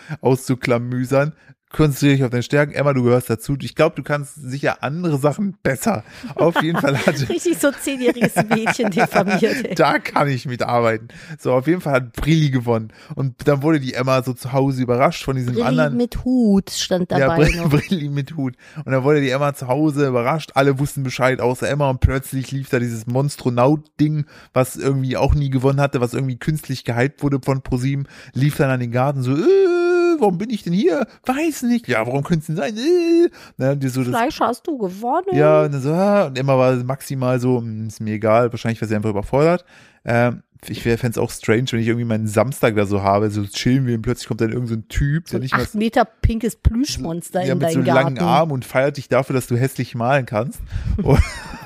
auszuklamüsern. Konzentriere dich auf deine Stärken. Emma, du gehörst dazu. Ich glaube, du kannst sicher andere Sachen besser. Auf jeden Fall
[LAUGHS]
hatte.
Richtig so zehnjähriges Mädchen diffamiert.
[LAUGHS]
Ey.
Da kann ich mitarbeiten. So, auf jeden Fall hat Brilli gewonnen. Und dann wurde die Emma so zu Hause überrascht von diesem
Brilli
anderen.
mit Hut stand
Ja,
dabei
Br [LAUGHS]
noch.
Brilli mit Hut. Und dann wurde die Emma zu Hause überrascht. Alle wussten Bescheid, außer Emma. Und plötzlich lief da dieses Monstronaut-Ding, was irgendwie auch nie gewonnen hatte, was irgendwie künstlich gehypt wurde von ProSieben, lief dann an den Garten so, äh, warum bin ich denn hier? Weiß nicht. Ja, warum könnte es denn sein? Äh. Na, die so das,
Fleisch hast du gewonnen.
ja, und dann so, ah, und Emma war maximal so, "Hm, ist mir egal, wahrscheinlich war sie einfach überfordert. Ähm, ich fände es auch strange, wenn ich irgendwie meinen Samstag da so habe, so chillen wir und plötzlich kommt dann irgendein so ein Typ,
so
der
ein
nicht mal
acht Meter pinkes Plüschmonster
ja,
in
mit
deinen
so langen
Garten. Oh
Armen und feiert dich dafür, dass du hässlich malen
[LAUGHS]
kannst. Und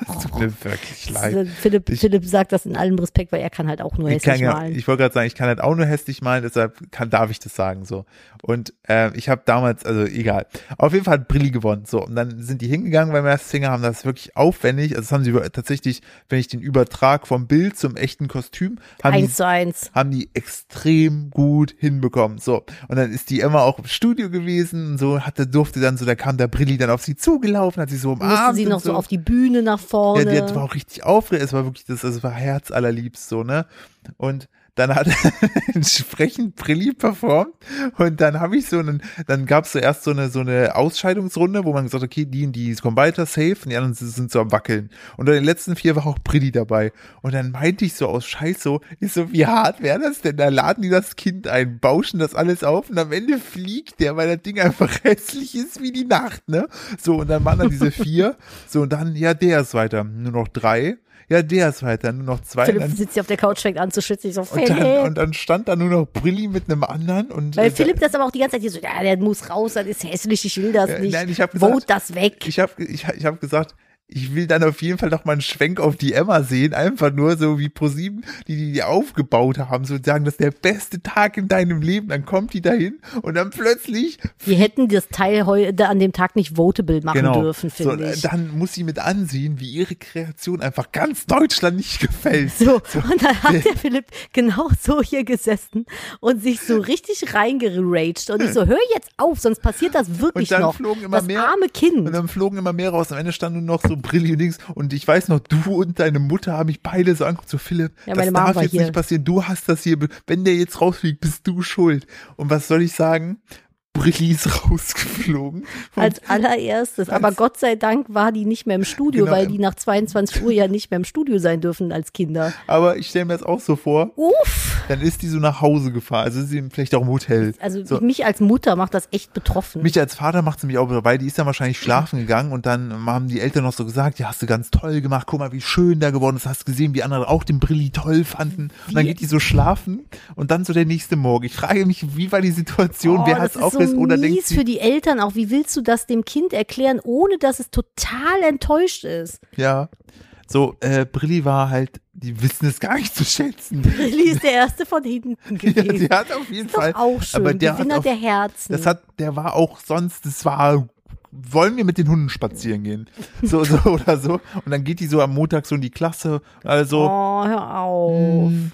Es tut mir wirklich leid.
Philipp,
Ich-
Philipp sagt das in allem Respekt, weil er kann halt auch nur
Ich, kann,
hässlich
ja-
malen.
ich wollte gerade sagen, ich kann halt auch nur hässlich malen, deshalb kann, darf ich das sagen so. Und äh, ich habe damals, also egal. Auf jeden Fall hat Brilli gewonnen. So, und dann sind die hingegangen beim Masked Singer, haben das wirklich aufwendig, also das haben sie über- tatsächlich, wenn ich den Übertrag vom Bild zum echten Kostüm, haben die
eins zu eins.
haben die extrem gut hinbekommen. So. Und dann ist die Emma auch im Studio gewesen und so hatte, durfte dann so, da kam der Brilli dann auf sie zugelaufen, hat sie so
Mussten
umarmt.
sie
und
noch so auf die Bühne nach
ja,
vorne.
die hat- war auch richtig aufgeregt. Es war wirklich, das, das war herzallerliebst so, ne? Und dann hat [LAUGHS] entsprechend Brilli performt und dann habe ich so einen, dann gab es zuerst so eine so eine Ausscheidungsrunde, wo man gesagt hat, okay, die und die kommen weiter, safe, und die anderen sind so am Wackeln. Und bei den letzten vier war auch Brilli dabei. Und dann meinte ich so aus Scheiß so, ist so, wie hart wäre das denn? Da laden die das Kind ein, bauschen das alles auf und am Ende fliegt der, weil das Ding einfach [LAUGHS] hässlich ist wie die Nacht, ne? So, und dann waren da diese vier, so, und dann, ja, der ist weiter, nur noch drei, ja, der ist weiter, nur noch zwei, und
Philipp
dann
sitzt hier auf der Couch, fängt an zu schwitzen. Ich so,
und
Philipp.
dann, und dann stand da nur noch Brilli mit einem anderen und
weil
äh,
Philipp das aber auch die ganze Zeit hier so, ja, der muss raus, das ist hässlich, ich will das
Äh,
nicht.
nein, ich hab
Vote
gesagt-
das weg.
ich habe ich, ich hab gesagt, ich will dann auf jeden Fall noch mal einen Schwenk auf die Emma sehen, einfach nur so wie ProSieben, die die, die aufgebaut haben, so sagen, das ist der beste Tag in deinem Leben, dann kommt die dahin und dann plötzlich
Wir hätten das Teil heute an dem Tag nicht votable machen dürfen,
Genau. so, äh,
finde ich.
dann muss sie mit ansehen, wie ihre Kreation einfach ganz Deutschland nicht gefällt. [LAUGHS]
So, und dann hat der Philipp genau so hier gesessen und sich so richtig reingeraged. Und ich so, hör jetzt auf, sonst passiert das wirklich
Und dann
noch.
flogen immer
das
mehr-
arme Kind.
Und dann flogen immer mehr raus. Am Ende standen nur noch so Brilli und Dings. Und ich weiß noch, du und deine Mutter haben mich beide so angeguckt, so Philipp,
Ja,
das
meine Mama
darf
war
jetzt
hier.
nicht passieren. Du hast das hier, be- wenn der jetzt rausfliegt, bist du schuld. Und was soll ich sagen? Release [LAUGHS] rausgeflogen. Und [LAUGHS]
Als allererstes. Aber
Als-
Gott sei Dank war die nicht mehr im Studio,
Genau,
weil
ähm.
die nach 22 Uhr ja nicht mehr im Studio sein dürfen als Kinder.
Aber ich stelle mir das auch so vor,
Uff!
dann ist die so nach Hause gefahren. Also ist sie vielleicht auch im Hotel.
Also
so.
mich als Mutter macht das echt betroffen.
Mich als Vater macht es nämlich auch, weil die ist dann wahrscheinlich schlafen gegangen und dann haben die Eltern noch so gesagt, ja, hast du ganz toll gemacht, guck mal, wie schön da geworden ist, hast gesehen, wie andere auch den Brilli toll fanden. Und dann
Wie-
geht die so schlafen und dann so der nächste Morgen. Ich frage mich, wie war die Situation,
Oh,
wer hat es
das ist so
aufgerissen oder denkt
mies für
sie,
die Eltern auch. Wie willst du das dem Kind erklären, ohne dass es total enttäuscht ist? [LAUGHS]
ja. So, äh, Brilli war halt, die wissen es gar nicht zu schätzen.
Lilly ist der Erste von hinten
[LAUGHS] Ja,
gewesen.
die hat auf jeden
ist doch
Fall.
auch schön.
aber der hat
Gewinner
auf-
der Herzen.
Das hat, der war auch sonst, das war, wollen wir mit den Hunden spazieren gehen? So, [LAUGHS] so oder so. Und dann geht die so am Montag so in die Klasse also, und alle so.
oh, hör auf.
hm,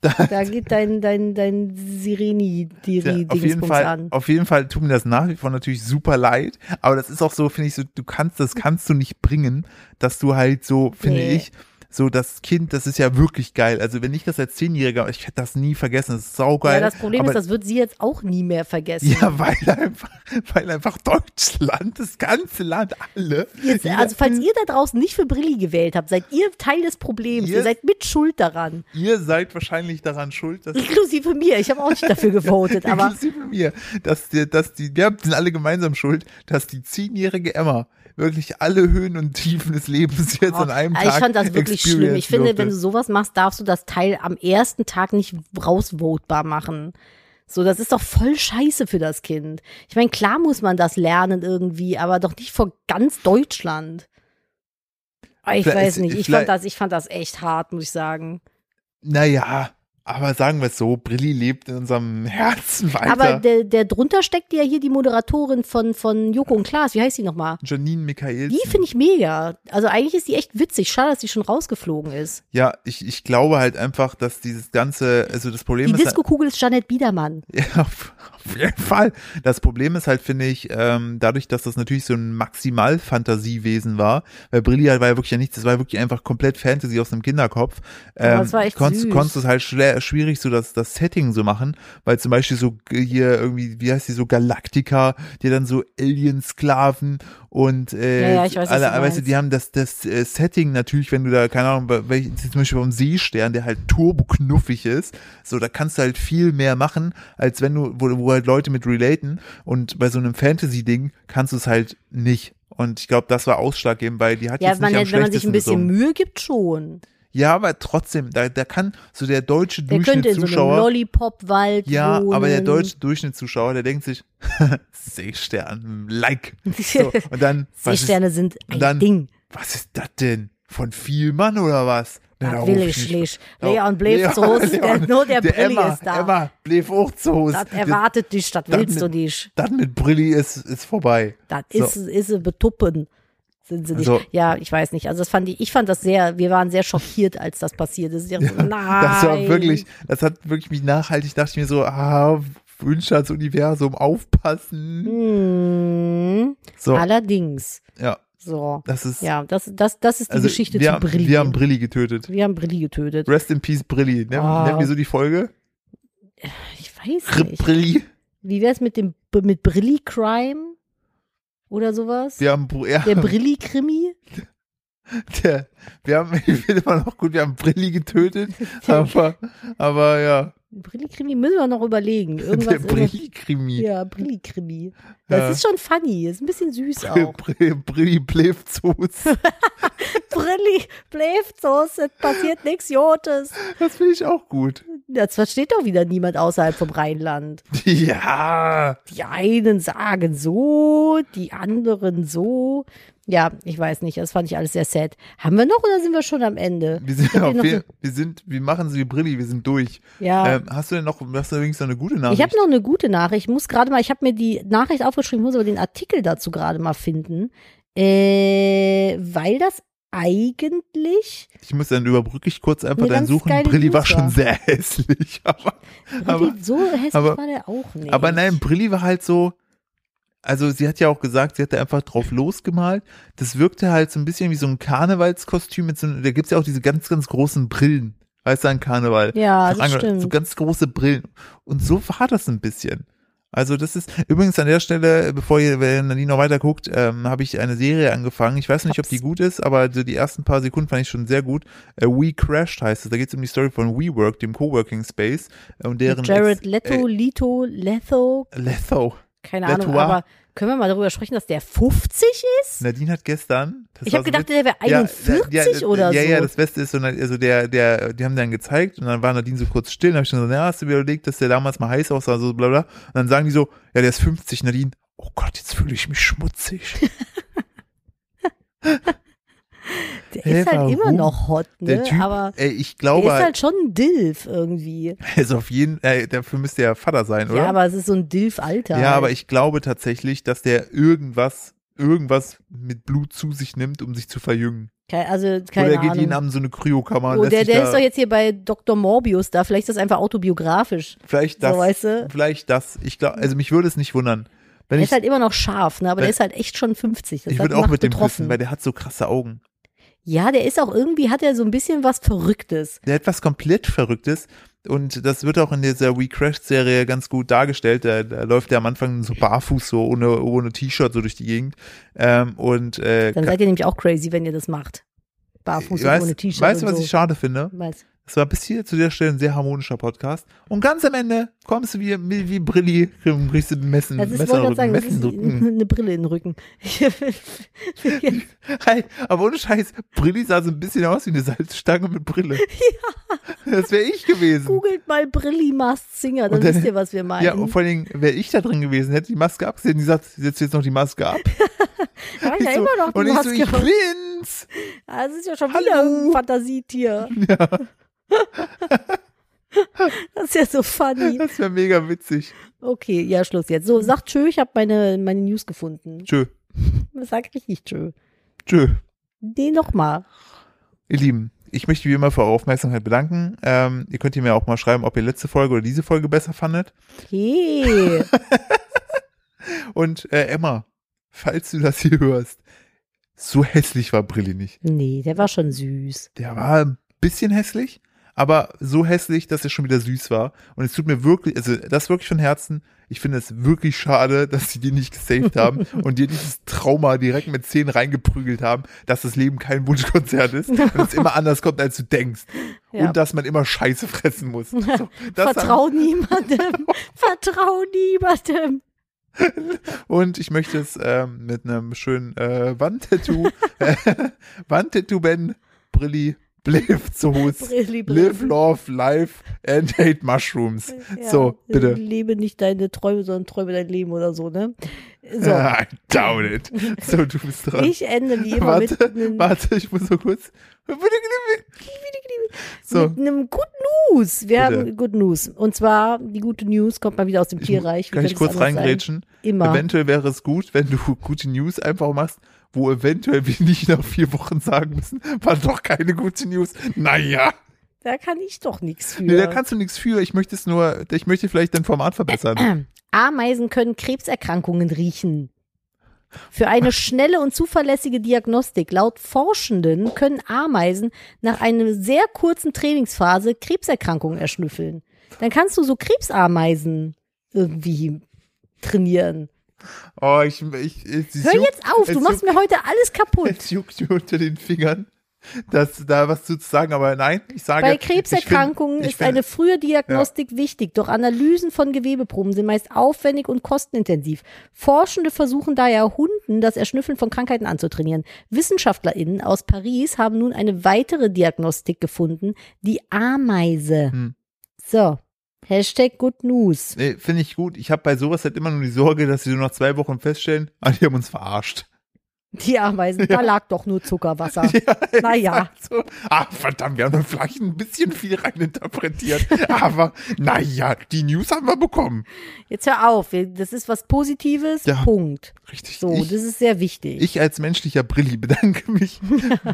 Da geht dein, dein, dein
ja, auf, jeden
Sireni-Dingspunkt
Fall,
an.
auf jeden Fall tut mir das nach wie vor natürlich super leid, aber das ist auch so, finde ich, so, du kannst, das kannst du nicht bringen, dass du halt so, finde
Nee.
ich, so das Kind, das ist ja wirklich geil. Also wenn ich das als Zehnjähriger, ich hätte das nie vergessen, das ist saugeil.
Ja, das Problem
aber
ist, das wird sie jetzt auch nie mehr vergessen.
[LAUGHS] Ja, weil einfach, weil einfach Deutschland, das ganze Land, alle.
Jetzt,
jeder-
also falls ihr da draußen nicht für Brilli gewählt habt, seid ihr Teil des Problems.
Ihr-
Ihr seid mit schuld daran.
ihr seid wahrscheinlich daran schuld, dass
Inklusive mir. Ich habe auch
[LAUGHS]
nicht dafür gewotet. [LAUGHS] Aber
inklusive mir, dass die, dass die, wir sind alle gemeinsam schuld, dass die zehnjährige Emma wirklich alle Höhen und Tiefen des Lebens [LAUGHS] jetzt an einem
Oh, Ah, also ich
Tag
fand das wirklich schlimm.
experience
Ich finde,
durfte.
wenn du sowas machst, darfst du das Teil am ersten Tag nicht rausvotbar machen. So, das ist doch voll scheiße für das Kind. Ich meine, klar muss man das lernen irgendwie, aber doch nicht vor ganz Deutschland. Ah, Ich
Vielleicht-
weiß nicht. Ich
vielleicht-
fand, das, ich fand das echt hart, muss ich sagen.
Naja, aber sagen wir es so, Brilli lebt in unserem [LAUGHS] Herzen weiter.
Aber der, der drunter steckt ja hier die Moderatorin von, von Joko und Klaas. Wie heißt die nochmal?
Janine Michaels.
Die finde ich mega. Also eigentlich ist die echt witzig. Schade, dass die schon rausgeflogen ist.
Ja, ich, ich glaube halt einfach, dass dieses ganze, also das Problem
Die
ist.
Disco-Kugel ist Janet Biedermann.
[LAUGHS] Ja, auf, auf jeden Fall. Das Problem ist halt, finde ich, ähm, dadurch, dass das natürlich so ein Maximal-Fantasiewesen war, weil Brilli halt war ja wirklich ja nichts, das war wirklich einfach komplett Fantasy aus dem Kinderkopf. Ähm,
das war echt
konntest,
süß.
konntest es halt schle- schwierig so das, das Setting so machen, weil zum Beispiel so g- hier irgendwie, wie heißt die, so Galaktika, die dann so Alien-Sklaven und äh,
Ja, ja, ich weiß, was
alle,
du
weißt du,
meinst.
die haben das, das äh, Setting natürlich, wenn du da, keine Ahnung, bei- welch- zum Beispiel beim Seestern, der halt turboknuffig ist, so, da kannst du halt viel mehr machen, als wenn du, wo, wo halt Leute mit relaten und bei so einem Fantasy-Ding kannst du es halt nicht. Und ich glaube, das war ausschlaggebend, weil die hat
Ja,
jetzt nicht
man,
am
wenn man sich
schlechtesten
ein bisschen
gesungen.
Mühe gibt, schon.
Ja, aber trotzdem, da, da kann so der deutsche
Der könnte in so einem
Durchschnittszuschauer.
Lollipop-Wald
ja,
wohnen.
aber der deutsche Durchschnittszuschauer, der denkt sich, [LAUGHS] Seestern,
[LAUGHS]
like. So, und dann, was ist
Seesterne sind ein
dann-
Ding.
was ist das denn? Von Vielmann oder was? Na, da
Das
ruf
will
ich
ich
nicht.
nicht.
Ja,
Ah, Leon
[LAUGHS]
bleibt zu Hause, der,
Leon,
nur der, Brilli
Emma,
ist da.
Emma, bleib auch zu Hause.
Das erwartet dich, das
das
willst du
mit-
nicht.
Das mit Brilli ist, ist vorbei.
Das
So.
ist, ist sie betuppen. Sind sie nicht.
So.
Ja, ich weiß nicht. Also das fand ich, ich fand das sehr, wir waren sehr schockiert, als das passiert ist. Ja, so,
[LAUGHS]
nein.
Das war wirklich, das hat wirklich mich nachhaltig, dachte ich mir so, ah, Wünsche ans Universum, aufpassen.
Hm,
So,
Allerdings.
ja,
So.
das ist,
Ja, das, das, das ist die
also
Geschichte
wir,
zu
haben-
Brilli.
Wir haben Brilli getötet.
wir haben Brilli getötet.
Rest in Peace Brilli. Ne?
Ah.
Nennen wir so die Folge?
Ich weiß
Rip
nicht.
Brilli.
Wie wär's mit dem mit Brilli Crime oder sowas?
Wir haben, Br- ja,
Der Brilli Krimi?
[LAUGHS] Der, wir haben, [LAUGHS] ich finde immer noch gut, wir haben Brilli getötet,
[LAUGHS]
aber, aber ja,
Brilli Krimi müssen wir noch
[LAUGHS]
überlegen.
der
Irgendwas irgendwas-
Brilli-Krimi.
Ja, Brilli Krimi. Das
Ja. [LAUGHS]
ist schon funny, ist ein bisschen süß
Br-
auch. [LAUGHS]
Br- Brilli Blefzus.
Brilli bleibt so, es passiert nichts Jotes.
Das finde ich auch gut. [LAUGHS]
Das versteht doch wieder niemand außerhalb vom Rheinland.
Ja,
Die einen sagen so, die anderen so. Ja, ich weiß nicht, das fand ich alles sehr sad. Haben wir noch oder sind wir schon am Ende?
wir sind,
Habt ihr
auf,
noch
wir, wir sind, wir machen so wie Brilli, wir sind durch.
Ja.
Ähm, hast du denn noch, hast du übrigens noch eine gute Nachricht?
Ich habe noch eine gute Nachricht. Ich muss gerade mal, ich habe mir die Nachricht aufgeschrieben, muss aber den Artikel dazu gerade mal finden. Äh, weil das eigentlich
ich muss dann überbrücke ich kurz einfach
Eine
dein
ganz
Suchen.
geile
Brilli war
News
schon
war.
sehr [LAUGHS] hässlich, aber, aber
Brilli- so hässlich
aber-
war der auch nicht.
Aber nein, Brilli war halt so, also sie hat ja auch gesagt, sie hatte einfach drauf losgemalt. Das wirkte halt so ein bisschen wie so ein Karnevalskostüm. Mit so, einem- da gibt's ja auch diese ganz, ganz großen Brillen. Weißt du, an Karneval.
Ja, das
Ange- So
stimmt.
ganz große Brillen. Und so war das ein bisschen. Also das ist übrigens an der Stelle, bevor ihr wenn ihr noch weiter guckt, ähm, habe ich eine Serie angefangen. Ich weiß nicht, ob die gut ist, aber so die ersten paar Sekunden fand ich schon sehr gut. Äh, We Crashed heißt es. Da geht es um die Story von WeWork, dem Coworking Space äh, und deren Ex-
Jared Leto, Lito, Letho,
äh, Leto.
keine
Letois.
Ahnung, aber können wir mal darüber sprechen, dass der 50 ist?
Nadine hat gestern. das
Ich
war
habe
so
gedacht,
witzig-
der wäre
Ja,
41
ja, ja,
oder
ja,
so.
Ja, das Beste ist, so, na- also der, der, die haben dann gezeigt und dann war Nadine so kurz still und habe ich dann so, ja, hast du überlegt, dass der damals mal heiß aussah, so bla bla. Und dann sagen die so, ja, der ist 50, Nadine, oh Gott, jetzt fühle ich mich schmutzig.
der
Hey,
ist halt immer
warum?
noch hot, ne?
Der Typ,
aber
ey, ich
der
glaube,
ist halt schon ein Dilf irgendwie.
er ist auf jeden, äh, dafür müsste er Vater sein, oder?
Ja, aber es ist so ein Dilf-Alter.
ja, aber
halt.
ich glaube tatsächlich, dass der irgendwas, irgendwas mit Blut zu sich nimmt, um sich zu verjüngen.
Kein, also, keine
oder er geht
Ahnung.
jeden Abend so eine Kryokammer und
oh,
lässt
der,
sich
der
da,
ist doch jetzt hier bei Dr. Morbius da. Vielleicht ist das einfach autobiografisch.
vielleicht das,
so, weißt du?
Vielleicht das. Ich glaube, also mich würde es nicht wundern. Wenn
Er
ich,
ist halt immer noch scharf, ne? aber
Weil-
der ist halt echt schon 50. Das
ich
hat-
würde auch
macht
mit dem küssen,
betroffen.
weil der hat so krasse Augen.
Ja, der ist auch irgendwie, hat er so ein bisschen was Verrücktes.
Der hat was komplett Verrücktes. Und das wird auch in dieser We Crashed Serie ganz gut dargestellt. Da, da läuft er am Anfang so barfuß, so ohne, ohne T-Shirt so durch die Gegend. Ähm, und äh,
Dann seid ihr nämlich auch crazy, wenn ihr das macht. Barfuß und
weißt,
ohne T-Shirt.
weißt du,
und
was
so.
ich schade finde?
Weiß.
Es war bis hier zu der Stelle ein sehr harmonischer Podcast. Und ganz am Ende kommst du wie, wie, wie Brilli, kriegst du ein Messen,
Das ist,
Messer
wollte
rücken,
ich sagen, das
Messen
ist [LAUGHS]
drücken.
eine Brille in den Rücken.
Hey, aber ohne Scheiß, Brilli sah so ein bisschen aus wie eine Salzstange mit
[LAUGHS]
Brille. Ja. Das wäre ich gewesen.
Googelt mal Brilli Masked Singer, dann
Und dann-
wisst ihr, was wir meinen.
Ja, und vor allen Dingen wäre ich da drin gewesen, hätte die Maske abgesehen, die sagt, setzt jetzt noch die Maske ab.
ich habe
Ich
ja
so,
immer noch
und
die
ich
Maske.
so, ich bin's.
Ah, Das ist ja schon
Hallo.
wieder
[LAUGHS]
ein Fantasietier. [LAUGHS] Das ist ja so funny.
Das wäre mega witzig.
Okay, ja, Schluss jetzt. So, sag tschö, ich habe meine, meine News gefunden.
Tschö,
Sag richtig tschö.
tschö.
Nee, nochmal.
Ihr Lieben, ich möchte wie immer für eure Aufmerksamkeit bedanken. Ähm, ihr könnt mir auch mal schreiben, ob ihr letzte Folge oder diese Folge besser fandet. [LAUGHS]
Hey.
Und äh, Emma, falls du das hier hörst, so hässlich war Brilli nicht.
Nee, der war schon süß.
der war ein bisschen hässlich, aber so hässlich, dass er schon wieder süß war. Und es tut mir wirklich, also das wirklich von Herzen. Ich finde es wirklich schade, [LAUGHS] dass sie den nicht gesaved haben und dir dieses Trauma direkt mit 10 reingeprügelt haben, dass das Leben kein Wunschkonzert ist und es immer anders kommt, als du denkst.
Ja.
Und dass man immer Scheiße fressen muss. So, das [LAUGHS]
Vertrau niemandem. Vertrau niemandem.
Und ich möchte es ähm, mit einem schönen äh, Wandtattoo, [LAUGHS] äh, Wandtattoo Ben Brilli Bliff zu Hus.
Brilli, Brilli.
Live, Love, Life and Hate Mushrooms.
Ja.
So, bitte.
Lebe nicht deine Träume, sondern träume dein Leben oder so, ne?
[LAUGHS]
So.
I doubt it. So, du bist dran.
Ich ende wie immer
warte,
mit einem
warte, ich muss so kurz. So,
Mit einem Good News. Wir
Bitte.
haben Good News. Und zwar, die gute News kommt mal wieder aus dem Tierreich. Wie
kann ich
könnte es
kurz
anders sein?
reingrätschen?
Immer.
Eventuell wäre es gut, wenn du gute News einfach machst, wo eventuell wir nicht nach vier Wochen sagen müssen, war doch keine gute News. Naja,
Da kann ich doch nichts für.
nee, da kannst du nichts für. Ich möchte es nur, ich möchte vielleicht dein Format verbessern.
[CLEARS THROAT] Ameisen können Krebserkrankungen riechen. Für
[LAUGHS]
eine schnelle und zuverlässige Diagnostik laut Forschenden können Ameisen nach einer sehr kurzen Trainingsphase Krebserkrankungen erschnüffeln. Dann kannst du so Krebsameisen irgendwie trainieren.
Oh, ich, ich, ich, ich
Hör jetzt auf,
es
du machst mir heute
[LAUGHS]
alles kaputt.
Es juckt mir unter den Fingern, dass da was zu sagen, aber nein, ich sage.
Bei Krebserkrankungen
ich
ist
bin,
eine
ich
frühe Diagnostik wichtig, doch Analysen von Gewebeproben sind meist aufwendig und kostenintensiv. Forschende versuchen daher Hunden das Erschnüffeln von Krankheiten anzutrainieren. WissenschaftlerInnen aus Paris haben nun eine weitere Diagnostik gefunden, die Ameise.
Hm.
So, Hashtag Good News.
Nee, finde ich gut. Ich habe bei sowas halt immer nur die Sorge, dass sie nur nach zwei Wochen feststellen, ah, die haben uns verarscht.
Die Ameisen, da lag doch
[LAUGHS]
nur Zuckerwasser. Naja.
So, ah, verdammt, wir haben da vielleicht ein bisschen viel reininterpretiert. aber naja, die News haben wir bekommen.
Jetzt hör auf, wir- das ist was Positives,
Ja.
Punkt.
Richtig.
So,
ich,
das ist sehr wichtig.
ich als menschlicher Brilli bedanke
[LAUGHS]
mich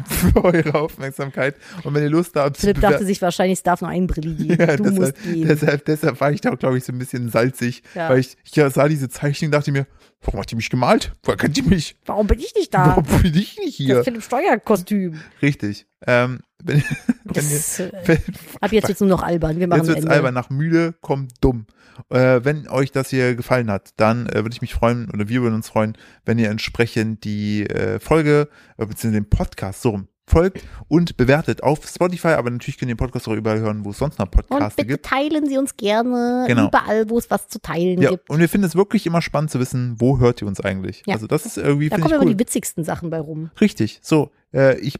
für eure Aufmerksamkeit. Und wenn ihr Lust habt,
Philipp
bewer-
dachte sich wahrscheinlich, es darf nur ein Brilli geben.
[LAUGHS] Ja,
du
deshalb,
musst gehen.
deshalb, deshalb war ich da, glaube ich, so ein bisschen salzig,
Ja.
weil ich, ich sah diese Zeichnung und dachte mir, Warum hat die mich gemalt? Woher kennt die mich?
Warum bin ich nicht da?
Warum bin ich nicht hier?
Ah. Das Philipp Steuer-Kostüm.
Richtig. Ähm, wenn, wenn, ihr-
Das, äh,
[LAUGHS] wenn,
Ab jetzt wird's nur noch albern. Wir machen
Jetzt wird's
Ende.
albern. Nach müde kommt dumm. Äh, wenn euch das hier gefallen hat, dann äh, würde ich mich freuen oder wir würden uns freuen, wenn ihr entsprechend die äh, Folge äh, bzw. den Podcast so rum folgt und bewertet auf Spotify, aber natürlich könnt ihr den Podcast auch überall hören, wo es sonst noch
Und
Podcasts
bitte
gibt.
teilen Sie uns gerne
Genau.
überall, wo es was zu teilen
Ja,
gibt.
und wir finden es wirklich immer spannend zu wissen, wo hört ihr uns eigentlich?
Ja.
Also das ist irgendwie
Da
finde
kommen
ich
immer
cool.
die witzigsten Sachen bei rum.
Richtig. So, äh, ich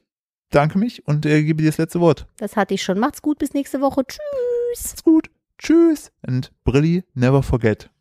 danke mich und äh, gebe dir das letzte Wort.
Das hatte ich schon. Macht's gut, bis nächste Woche. Tschüss.
Macht's gut. Tschüss and Brilli, never forget.